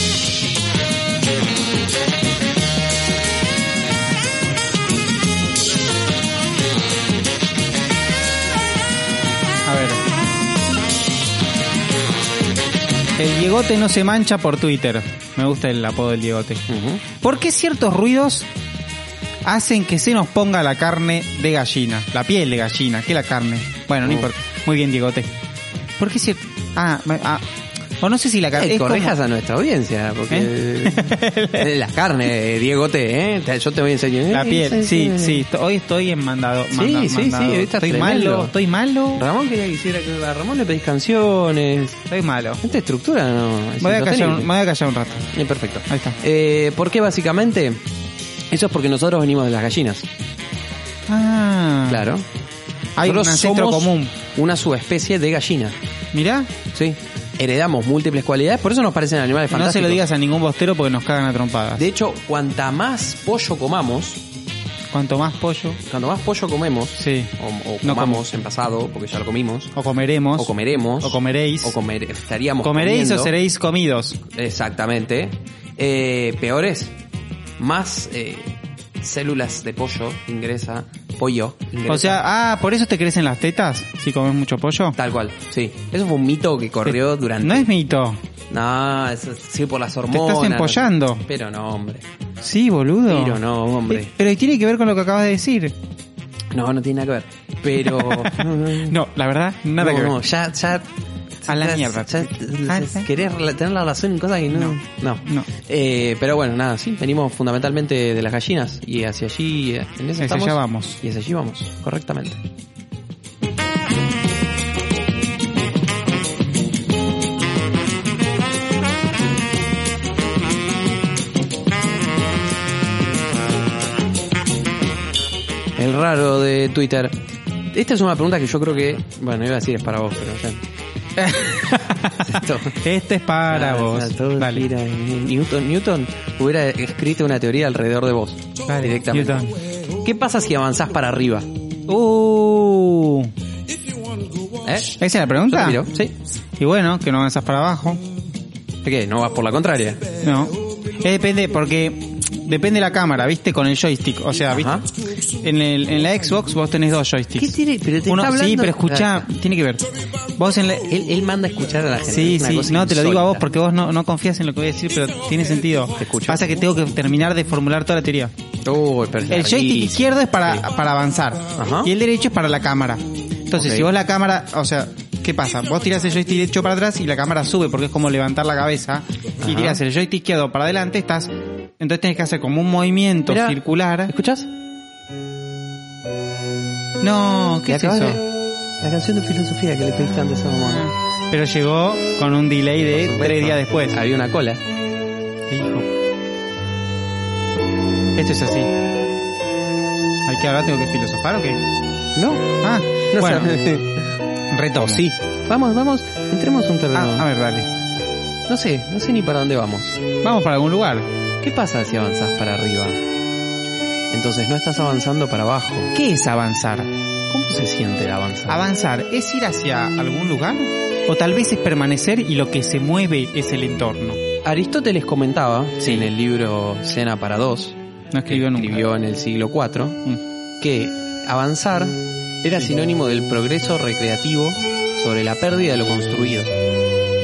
[SPEAKER 2] A ver. El Diegote no se mancha por Twitter. Me gusta el apodo del Diegote.
[SPEAKER 1] Ujú.
[SPEAKER 2] ¿Por qué ciertos ruidos hacen que se nos ponga la carne de gallina? La piel de gallina, que la carne. Bueno, no
[SPEAKER 1] Uh.
[SPEAKER 2] importa. Muy bien, Diegote. ¿Por qué cier- Ah, me- ah, O no sé si la carne.
[SPEAKER 1] Eh,
[SPEAKER 2] es como-
[SPEAKER 1] corrijas a nuestra audiencia, porque eh, las carnes, eh, Diegote, ¿eh? Te- yo te voy a enseñar.
[SPEAKER 2] La
[SPEAKER 1] Eh,
[SPEAKER 2] piel,
[SPEAKER 1] ese-
[SPEAKER 2] sí,
[SPEAKER 1] ese-
[SPEAKER 2] sí. to- Hoy estoy en mandado.
[SPEAKER 1] Sí,
[SPEAKER 2] manda-
[SPEAKER 1] sí, sí,
[SPEAKER 2] mandado.
[SPEAKER 1] está
[SPEAKER 2] Estoy
[SPEAKER 1] tremendo.
[SPEAKER 2] malo, estoy malo,
[SPEAKER 1] Ramón quería que hiciera que a Ramón le pedís canciones.
[SPEAKER 2] estoy malo.
[SPEAKER 1] Esta estructura no. Es
[SPEAKER 2] Me voy, a callar, un-
[SPEAKER 1] insostenible.
[SPEAKER 2] me voy a callar un rato.
[SPEAKER 1] Eh, perfecto.
[SPEAKER 2] Ahí está.
[SPEAKER 1] Eh, ¿Por qué básicamente? Eso es porque nosotros venimos de las gallinas.
[SPEAKER 2] Ah,
[SPEAKER 1] Claro.
[SPEAKER 2] Hay un
[SPEAKER 1] Nosotros
[SPEAKER 2] ancestro
[SPEAKER 1] somos
[SPEAKER 2] común.
[SPEAKER 1] Una subespecie de gallina.
[SPEAKER 2] Mirá,
[SPEAKER 1] Sí. Heredamos múltiples cualidades, por eso nos parecen animales
[SPEAKER 2] no
[SPEAKER 1] fantásticos.
[SPEAKER 2] se lo digas a ningún bostero porque nos cagan a trompadas.
[SPEAKER 1] De hecho, cuanta más pollo comamos,
[SPEAKER 2] Cuanto más pollo,
[SPEAKER 1] cuanto más pollo comemos,
[SPEAKER 2] sí.
[SPEAKER 1] o, o
[SPEAKER 2] No
[SPEAKER 1] comamos en pasado, porque ya lo comimos,
[SPEAKER 2] O comeremos.
[SPEAKER 1] o comeremos,
[SPEAKER 2] O comeréis.
[SPEAKER 1] o comer- estaríamos
[SPEAKER 2] comeréis o
[SPEAKER 1] comiendo.
[SPEAKER 2] seréis comidos.
[SPEAKER 1] Exactamente. Eh, peores, más eh, células de pollo ingresa, pollo. ingresa.
[SPEAKER 2] O sea, ah, por eso te crecen las tetas si comes mucho pollo.
[SPEAKER 1] Tal cual, sí. Eso fue un mito que corrió durante...
[SPEAKER 2] No es mito.
[SPEAKER 1] No, eso- sí, por las hormonas.
[SPEAKER 2] empollando.
[SPEAKER 1] Pero no, hombre.
[SPEAKER 2] Sí, boludo.
[SPEAKER 1] Pero no, hombre.
[SPEAKER 2] Eh, Pero tiene que ver con lo que acabas de decir.
[SPEAKER 1] No, no tiene nada que ver. Pero...
[SPEAKER 2] No, la verdad, nada
[SPEAKER 1] no,
[SPEAKER 2] que ver.
[SPEAKER 1] no, ya, ya...
[SPEAKER 2] A la
[SPEAKER 1] ya-
[SPEAKER 2] mierda.
[SPEAKER 1] ya-
[SPEAKER 2] Ah,
[SPEAKER 1] ya-
[SPEAKER 2] sí.
[SPEAKER 1] querer la- tener la razón en cosas que no... No.
[SPEAKER 2] No.
[SPEAKER 1] Eh, pero bueno, nada, sí, venimos fundamentalmente de las gallinas y hacia allí, eh, en eso
[SPEAKER 2] Hacia
[SPEAKER 1] estamos.
[SPEAKER 2] allá vamos.
[SPEAKER 1] Y hacia allí vamos, correctamente. El raro de Twitter. Esta es una pregunta que yo creo que, bueno, iba a decir es para vos, pero ya. Esto-
[SPEAKER 2] Este es para
[SPEAKER 1] Ah,
[SPEAKER 2] vos.
[SPEAKER 1] está todo
[SPEAKER 2] Dale.
[SPEAKER 1] gira. Newton, Newton hubiera escrito una teoría alrededor de vos.
[SPEAKER 2] Dale,
[SPEAKER 1] directamente. ¿Qué pasa si avanzás para arriba?
[SPEAKER 2] Uh,
[SPEAKER 1] ¿Eh?
[SPEAKER 2] ¿Esa es la
[SPEAKER 1] Yo te
[SPEAKER 2] pregunta?
[SPEAKER 1] miro, ¿sí?
[SPEAKER 2] Y bueno, que no avanzas para abajo.
[SPEAKER 1] ¿Por ¿Qué? ¿No vas por la contraria?
[SPEAKER 2] No. Eh, depende, porque depende la cámara, ¿viste? Con el joystick. O sea, ¿viste?
[SPEAKER 1] Ajá.
[SPEAKER 2] En, el- en la Xbox vos tenés dos joysticks.
[SPEAKER 1] ¿Qué tiene? Pero te está
[SPEAKER 2] Uno,
[SPEAKER 1] hablando-
[SPEAKER 2] sí, pero escuchá, tiene que ver. Vos en la... eh,
[SPEAKER 1] Él, él manda a escuchar a la gente.
[SPEAKER 2] Sí,
[SPEAKER 1] es una
[SPEAKER 2] sí,
[SPEAKER 1] cosa
[SPEAKER 2] no, te lo digo a vos
[SPEAKER 1] insólita.
[SPEAKER 2] porque vos no, no confías en lo que voy a decir, pero tiene sentido.
[SPEAKER 1] Te escucho.
[SPEAKER 2] Pasa que tengo que terminar de formular toda la teoría.
[SPEAKER 1] Uy, pero es
[SPEAKER 2] El joystick
[SPEAKER 1] larguísimo.
[SPEAKER 2] izquierdo es para, para avanzar
[SPEAKER 1] Ajá.
[SPEAKER 2] y el derecho es para la cámara. Entonces,
[SPEAKER 1] Ok.
[SPEAKER 2] si vos la cámara, o sea, ¿qué pasa? Vos tirás el joystick derecho para atrás y la cámara sube porque es como levantar la cabeza y
[SPEAKER 1] Ajá.
[SPEAKER 2] tirás el joystick izquierdo para adelante, estás entonces tenés que hacer como un movimiento
[SPEAKER 1] Mirá.
[SPEAKER 2] circular.
[SPEAKER 1] ¿Escuchás?
[SPEAKER 2] No, ¿qué
[SPEAKER 1] Le
[SPEAKER 2] es
[SPEAKER 1] acabas
[SPEAKER 2] eso?
[SPEAKER 1] de- La canción de filosofía que le pediste antes a mamá.
[SPEAKER 2] Pero llegó con un delay de Eh, tres días después.
[SPEAKER 1] Había una cola.
[SPEAKER 2] Hijo. Esto es así. ¿Hay que hablar? ¿Tengo que filosofar o qué?
[SPEAKER 1] No,
[SPEAKER 2] Ah,
[SPEAKER 1] no
[SPEAKER 2] bueno,
[SPEAKER 1] sé.
[SPEAKER 2] retomo.
[SPEAKER 1] Sí. Vamos, vamos, entremos a un terreno.
[SPEAKER 2] Ah, a ver, dale.
[SPEAKER 1] No sé, no sé ni para dónde vamos.
[SPEAKER 2] Vamos para algún lugar.
[SPEAKER 1] ¿Qué pasa si avanzás para arriba? Entonces no estás avanzando para abajo.
[SPEAKER 2] ¿Qué es avanzar?
[SPEAKER 1] ¿Cómo se siente el avanzar?
[SPEAKER 2] Avanzar es ir hacia algún lugar o tal vez es permanecer y lo que se mueve es el entorno.
[SPEAKER 1] Aristóteles comentaba
[SPEAKER 2] Sí.
[SPEAKER 1] en el libro Cena para dos,
[SPEAKER 2] No
[SPEAKER 1] que
[SPEAKER 2] escribió nunca.
[SPEAKER 1] escribió en el siglo IV,
[SPEAKER 2] Mm.
[SPEAKER 1] que avanzar era
[SPEAKER 2] Sí.
[SPEAKER 1] sinónimo del progreso recreativo sobre la pérdida de lo construido.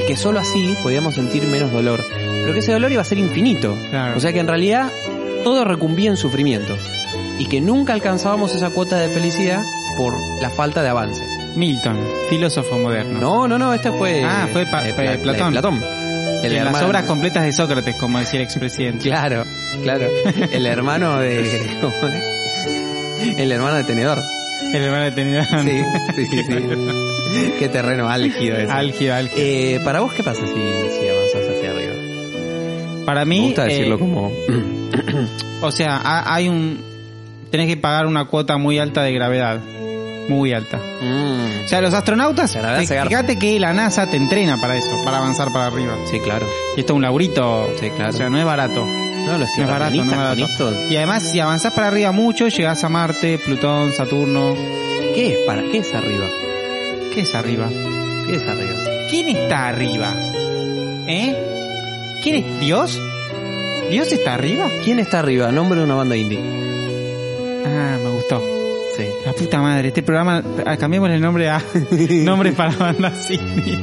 [SPEAKER 1] Y que sólo así podíamos sentir menos dolor. Pero que ese dolor iba a ser infinito.
[SPEAKER 2] Claro.
[SPEAKER 1] O sea que en realidad todo recumbía en sufrimiento. Y que nunca alcanzábamos esa cuota de felicidad por la falta de avance.
[SPEAKER 2] Milton, filósofo moderno.
[SPEAKER 1] No, no, no, este fue.
[SPEAKER 2] Ah, fue pa-
[SPEAKER 1] eh,
[SPEAKER 2] fue
[SPEAKER 1] la- la de
[SPEAKER 2] Platón.
[SPEAKER 1] Platón.
[SPEAKER 2] En
[SPEAKER 1] El
[SPEAKER 2] las
[SPEAKER 1] hermano-
[SPEAKER 2] obras completas de Sócrates, como decía el expresidente.
[SPEAKER 1] Claro, claro. El hermano de. ¿cómo es? El hermano de Tenedor.
[SPEAKER 2] El hermano de Tenedor.
[SPEAKER 1] Sí, sí, sí. sí. Qué terreno álgido ese.
[SPEAKER 2] Álgido, álgido.
[SPEAKER 1] Eh, ¿Para vos qué pasa si, si avanzás hacia arriba?
[SPEAKER 2] Para mí.
[SPEAKER 1] Me gusta decirlo
[SPEAKER 2] eh,
[SPEAKER 1] como.
[SPEAKER 2] O sea, ha- hay un. Tenés que pagar una cuota muy alta de gravedad. Muy alta.
[SPEAKER 1] Mm,
[SPEAKER 2] O sea, los astronautas.
[SPEAKER 1] La gravedad
[SPEAKER 2] te-
[SPEAKER 1] se garpa.
[SPEAKER 2] Fíjate que la NASA te entrena para eso, para avanzar para arriba.
[SPEAKER 1] Sí, claro.
[SPEAKER 2] Y esto es un laurito.
[SPEAKER 1] Sí, claro.
[SPEAKER 2] O sea, no es barato.
[SPEAKER 1] No, los
[SPEAKER 2] No es barato, no
[SPEAKER 1] terraplanistas
[SPEAKER 2] es
[SPEAKER 1] con
[SPEAKER 2] barato.
[SPEAKER 1] esto.
[SPEAKER 2] Y además, si avanzás para arriba mucho, llegás a Marte, Plutón, Saturno.
[SPEAKER 1] ¿Qué es para qué es arriba?
[SPEAKER 2] ¿Qué es arriba?
[SPEAKER 1] ¿Qué es arriba?
[SPEAKER 2] ¿Quién está arriba? ¿Eh? ¿Quién es? ¿Dios? ¿Dios está arriba?
[SPEAKER 1] ¿Quién está arriba? Nombre de una banda indie.
[SPEAKER 2] Ah, me gustó.
[SPEAKER 1] Sí.
[SPEAKER 2] La puta madre, este programa, ah, cambiémosle el nombre a Nombres para Bandas Indie.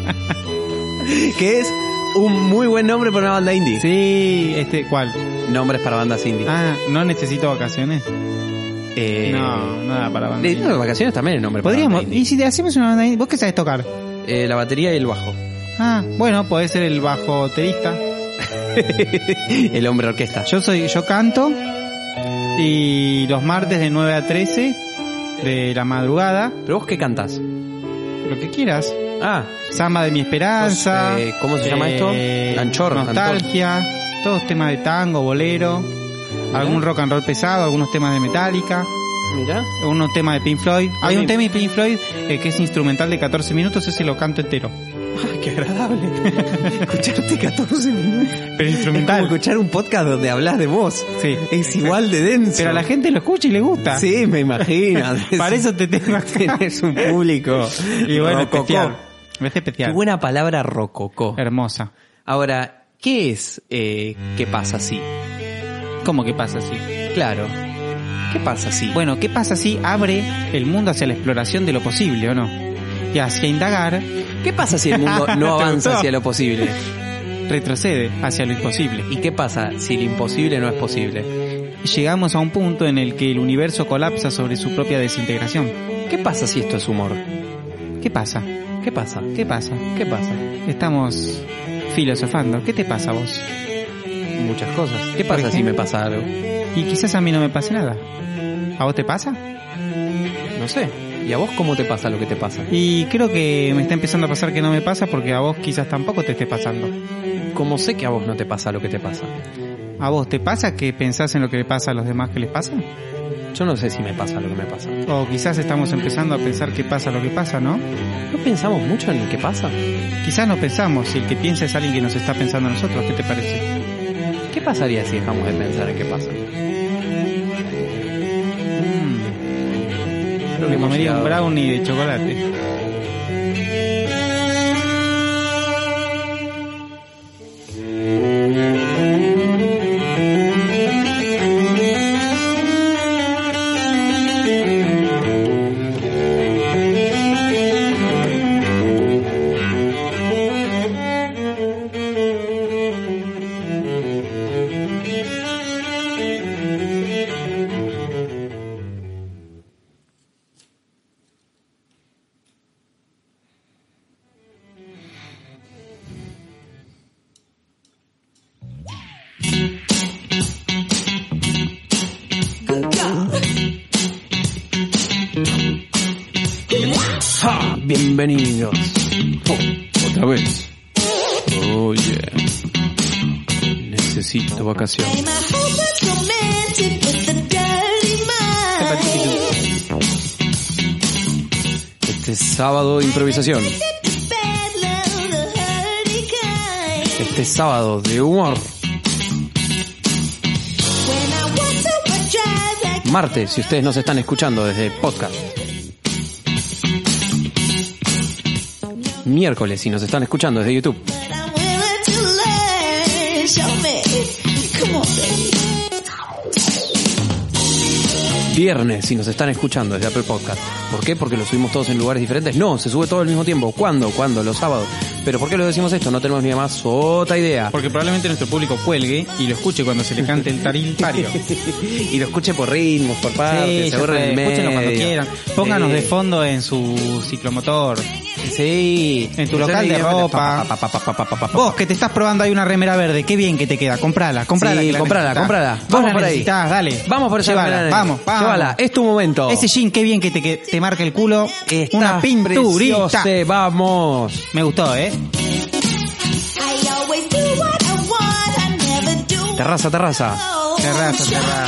[SPEAKER 1] Que es un muy buen nombre para una banda indie.
[SPEAKER 2] Sí, este, ¿cuál?
[SPEAKER 1] Nombres para bandas indie.
[SPEAKER 2] Ah, no necesito vacaciones.
[SPEAKER 1] Eh,
[SPEAKER 2] no, nada para bandas.
[SPEAKER 1] Necesito
[SPEAKER 2] indie.
[SPEAKER 1] de vacaciones también el nombre. para
[SPEAKER 2] Podríamos,
[SPEAKER 1] banda
[SPEAKER 2] y
[SPEAKER 1] indie.
[SPEAKER 2] si te hacemos una banda indie, ¿vos qué sabes tocar?
[SPEAKER 1] Eh, la batería y el bajo.
[SPEAKER 2] Ah, bueno, podés ser el bajoterista.
[SPEAKER 1] El hombre orquesta.
[SPEAKER 2] Yo soy, yo canto y los martes de 9 a 13 de la madrugada,
[SPEAKER 1] ¿Pero vos qué cantás?
[SPEAKER 2] lo que quieras.
[SPEAKER 1] Ah,
[SPEAKER 2] Samba de mi esperanza. eh,
[SPEAKER 1] Eh, ¿cómo se llama esto? Anchor,
[SPEAKER 2] Nostalgia, todos temas de tango, bolero, algún rock and roll pesado, algunos temas de Metallica,
[SPEAKER 1] mira.
[SPEAKER 2] algunos temas de Pink Floyd. Hay un
[SPEAKER 1] mira.
[SPEAKER 2] tema de Pink Floyd eh, que es instrumental de 14 minutos, ese lo canto entero.
[SPEAKER 1] Ah, qué agradable. Escucharte 14 minutos.
[SPEAKER 2] Pero
[SPEAKER 1] Es como
[SPEAKER 2] instrumental.
[SPEAKER 1] escuchar un podcast donde hablas de vos.
[SPEAKER 2] Sí.
[SPEAKER 1] Es igual de denso.
[SPEAKER 2] Pero a la gente lo escucha y le gusta.
[SPEAKER 1] Sí, me imagino.
[SPEAKER 2] Para eso te tengo
[SPEAKER 1] Tenés un público.
[SPEAKER 2] Y bueno,
[SPEAKER 1] Rococó.
[SPEAKER 2] especial. Es
[SPEAKER 1] Qué
[SPEAKER 2] especial.
[SPEAKER 1] buena palabra rococó.
[SPEAKER 2] Hermosa.
[SPEAKER 1] Ahora, ¿qué es eh, que pasa así?
[SPEAKER 2] ¿Cómo que pasa así?
[SPEAKER 1] Claro. ¿Qué pasa así?
[SPEAKER 2] Bueno, ¿qué pasa si abre el mundo hacia la exploración de lo posible o no? Y hacia indagar,
[SPEAKER 1] ¿qué pasa si el mundo no
[SPEAKER 2] ¿Te
[SPEAKER 1] avanza
[SPEAKER 2] gustó?
[SPEAKER 1] hacia lo posible?
[SPEAKER 2] retrocede hacia lo imposible.
[SPEAKER 1] ¿Y qué pasa si lo imposible no es posible?
[SPEAKER 2] Llegamos a un punto en el que el universo colapsa sobre su propia desintegración.
[SPEAKER 1] ¿Qué pasa si esto es humor?
[SPEAKER 2] ¿Qué pasa?
[SPEAKER 1] ¿Qué pasa?
[SPEAKER 2] ¿Qué pasa?
[SPEAKER 1] ¿Qué pasa?
[SPEAKER 2] Estamos filosofando. ¿Qué te pasa a vos?
[SPEAKER 1] Muchas cosas. ¿Qué
[SPEAKER 2] Por
[SPEAKER 1] pasa si
[SPEAKER 2] ejemplo.
[SPEAKER 1] me pasa algo?
[SPEAKER 2] Y quizás a mí no me pase nada. ¿A vos te pasa?
[SPEAKER 1] No sé. ¿Y a vos cómo te pasa lo que te pasa?
[SPEAKER 2] Y creo que me está empezando a pasar que no me pasa porque a vos quizás tampoco te esté pasando.
[SPEAKER 1] ¿Cómo sé que a vos no te pasa lo que te pasa?
[SPEAKER 2] ¿A vos te pasa que pensás en lo que le pasa a los demás que les pasa?
[SPEAKER 1] Yo no sé si me pasa lo que me pasa.
[SPEAKER 2] O quizás estamos empezando a pensar que pasa lo que pasa, ¿no?
[SPEAKER 1] ¿No pensamos mucho en lo que pasa?
[SPEAKER 2] Quizás no pensamos si el que piensa es alguien que nos está pensando a nosotros. ¿Qué te parece?
[SPEAKER 1] ¿Qué pasaría si dejamos de pensar en qué pasa?
[SPEAKER 2] Mm,
[SPEAKER 1] Creo
[SPEAKER 2] me
[SPEAKER 1] hemos
[SPEAKER 2] comería un
[SPEAKER 1] llegado-
[SPEAKER 2] brownie de chocolate.
[SPEAKER 1] ¡Ja! ¡Ah! Bienvenidos. Oh, otra vez. Oh yeah. Necesito vacaciones. Este sábado improvisación. Este sábado de humor. Martes, si ustedes nos están escuchando desde el podcast. Miércoles, si nos están escuchando desde YouTube. Viernes, si nos están escuchando desde Apple Podcast. ¿Por qué? Porque lo subimos todos en lugares diferentes. No, se sube todo al mismo tiempo. ¿Cuándo? ¿Cuándo? Los sábados. Pero ¿por qué lo decimos esto? No tenemos ni la más sota idea.
[SPEAKER 2] Porque probablemente nuestro público cuelgue y lo escuche cuando se le cante el taril pario.
[SPEAKER 1] Y lo escuche por ritmos, por partes, se
[SPEAKER 2] ya
[SPEAKER 1] aburre
[SPEAKER 2] fue,
[SPEAKER 1] en el
[SPEAKER 2] escúchenlo cuando
[SPEAKER 1] medio.
[SPEAKER 2] quieran. Pónganos
[SPEAKER 1] Sí.
[SPEAKER 2] de fondo en su ciclomotor.
[SPEAKER 1] Sí.
[SPEAKER 2] En tu local de ropa.
[SPEAKER 1] Pa, pa, pa, pa, pa, pa, pa, pa.
[SPEAKER 2] Vos que te estás probando hay una remera verde, qué bien que te queda, comprala, comprala.
[SPEAKER 1] Sí,
[SPEAKER 2] que la
[SPEAKER 1] comprala,
[SPEAKER 2] necesitas.
[SPEAKER 1] comprala.
[SPEAKER 2] Vos
[SPEAKER 1] Vamos
[SPEAKER 2] la
[SPEAKER 1] por ahí.
[SPEAKER 2] necesitás, dale.
[SPEAKER 1] Vamos por esa
[SPEAKER 2] Llévala,
[SPEAKER 1] remera, nene.
[SPEAKER 2] Vamos, vamos.
[SPEAKER 1] Llévala, es tu momento.
[SPEAKER 2] Ese jean, qué bien que te, que- te marca el culo.
[SPEAKER 1] Está
[SPEAKER 2] una pinturita.
[SPEAKER 1] precioso, vamos.
[SPEAKER 2] Me gustó, ¿eh?
[SPEAKER 1] Terraza, terraza.
[SPEAKER 2] Terraza, terraza.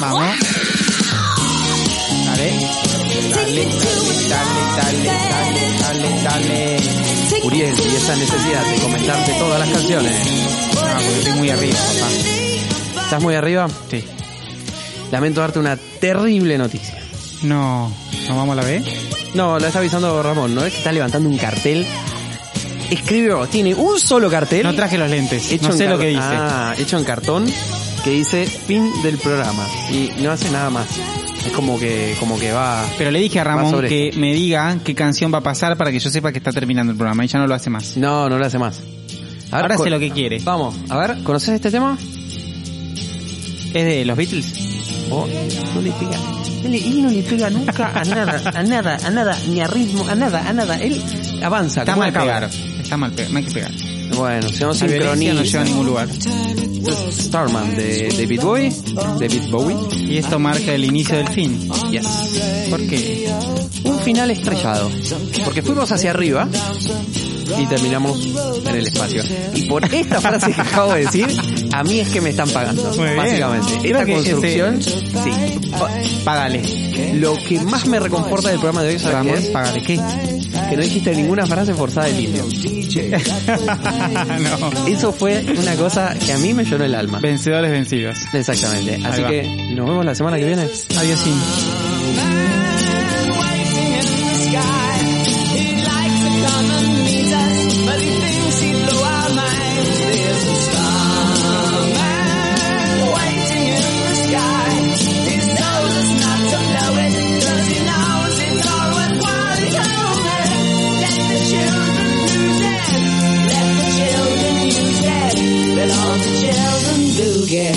[SPEAKER 2] Vamos. Dale. Ah, Dale, dale, dale, dale, dale, dale.
[SPEAKER 1] Uriel, y esa necesidad de comentarte todas las canciones.
[SPEAKER 2] No, porque estoy muy arriba, papá.
[SPEAKER 1] ¿Estás muy arriba?
[SPEAKER 2] Sí.
[SPEAKER 1] Lamento darte una terrible noticia.
[SPEAKER 2] No, ¿nos vamos a la B?
[SPEAKER 1] No, la está avisando Ramón, ¿no? Es que está levantando un cartel. Escribió, tiene un solo cartel.
[SPEAKER 2] No traje los lentes,
[SPEAKER 1] hecho
[SPEAKER 2] no
[SPEAKER 1] en
[SPEAKER 2] sé lo
[SPEAKER 1] car-
[SPEAKER 2] que dice.
[SPEAKER 1] Ah, hecho en cartón que dice fin del programa. Y no hace nada más. Es como que, como que va.
[SPEAKER 2] Pero le dije a
[SPEAKER 1] Va
[SPEAKER 2] Ramón
[SPEAKER 1] sobre
[SPEAKER 2] que me diga qué canción va a pasar para que yo sepa que está terminando el programa y ya no lo hace más.
[SPEAKER 1] No, no lo hace más. A ver,
[SPEAKER 2] Ahora
[SPEAKER 1] co-
[SPEAKER 2] hace lo que quiere.
[SPEAKER 1] Vamos, a ver, ¿conoces este tema?
[SPEAKER 2] ¿Es de los Beatles?
[SPEAKER 1] Oh, no le digas. Él, él no le pega nunca a nada, a nada, a nada, ni a ritmo, a nada, a nada. Él avanza.
[SPEAKER 2] Está
[SPEAKER 1] ¿cómo
[SPEAKER 2] mal
[SPEAKER 1] le pega?
[SPEAKER 2] pegar. Está mal pegar. No hay que pegar. La
[SPEAKER 1] Bueno, se llama
[SPEAKER 2] violencia no
[SPEAKER 1] sincronía.
[SPEAKER 2] lleva a ningún lugar.
[SPEAKER 1] Starman de David Bowie. David Bowie.
[SPEAKER 2] Y esto marca el inicio del fin.
[SPEAKER 1] Yes.
[SPEAKER 2] ¿Por qué?
[SPEAKER 1] Un final estrellado. Porque fuimos hacia arriba y terminamos en el espacio. Y por esta frase que acabo de decir, a mí es que me están pagando.
[SPEAKER 2] Muy bien.
[SPEAKER 1] Básicamente.
[SPEAKER 2] Creo
[SPEAKER 1] Esta
[SPEAKER 2] que ese-
[SPEAKER 1] construcción, sí.
[SPEAKER 2] Págale.
[SPEAKER 1] Lo que más me reconforta del programa de hoy, ¿sabes qué
[SPEAKER 2] Ramón,
[SPEAKER 1] es?
[SPEAKER 2] págale. ¿Qué?
[SPEAKER 1] Que no dijiste ninguna frase forzada del indio.
[SPEAKER 2] no.
[SPEAKER 1] Eso fue una cosa que a mí me lloró el alma.
[SPEAKER 2] Vencedores vencidos.
[SPEAKER 1] Exactamente. Así
[SPEAKER 2] va.
[SPEAKER 1] que nos vemos la semana que viene.
[SPEAKER 2] Adiós, Sin.
[SPEAKER 4] Get.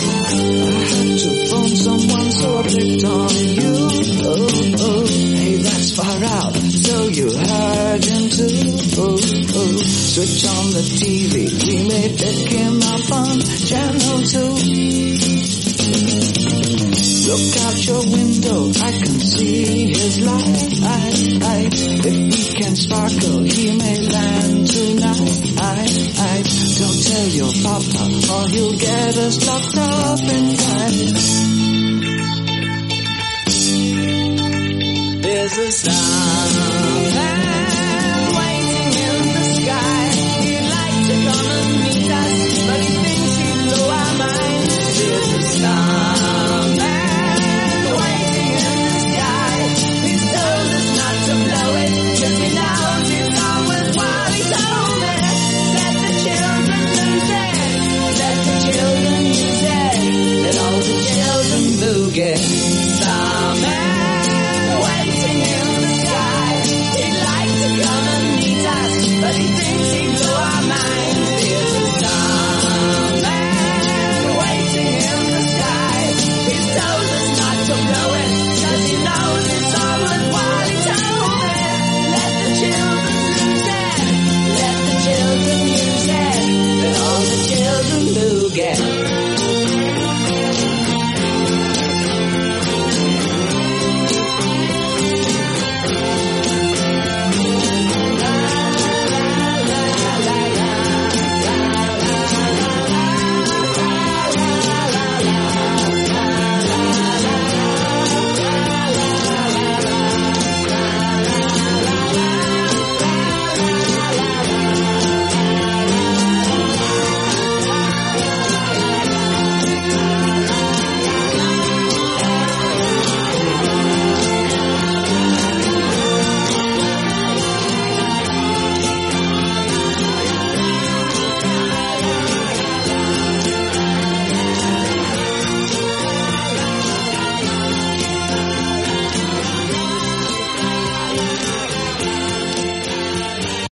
[SPEAKER 4] to phone someone so I clicked on you. Oh, oh, hey, that's far out. So you heard him too. Oh, oh, switch on the TV. We made that came up on channel two. Look out your window, I can see his light. I, I, if he can sparkle, he may land tonight. I, I, don't tell your papa, or he'll get us locked up in time. There's a star.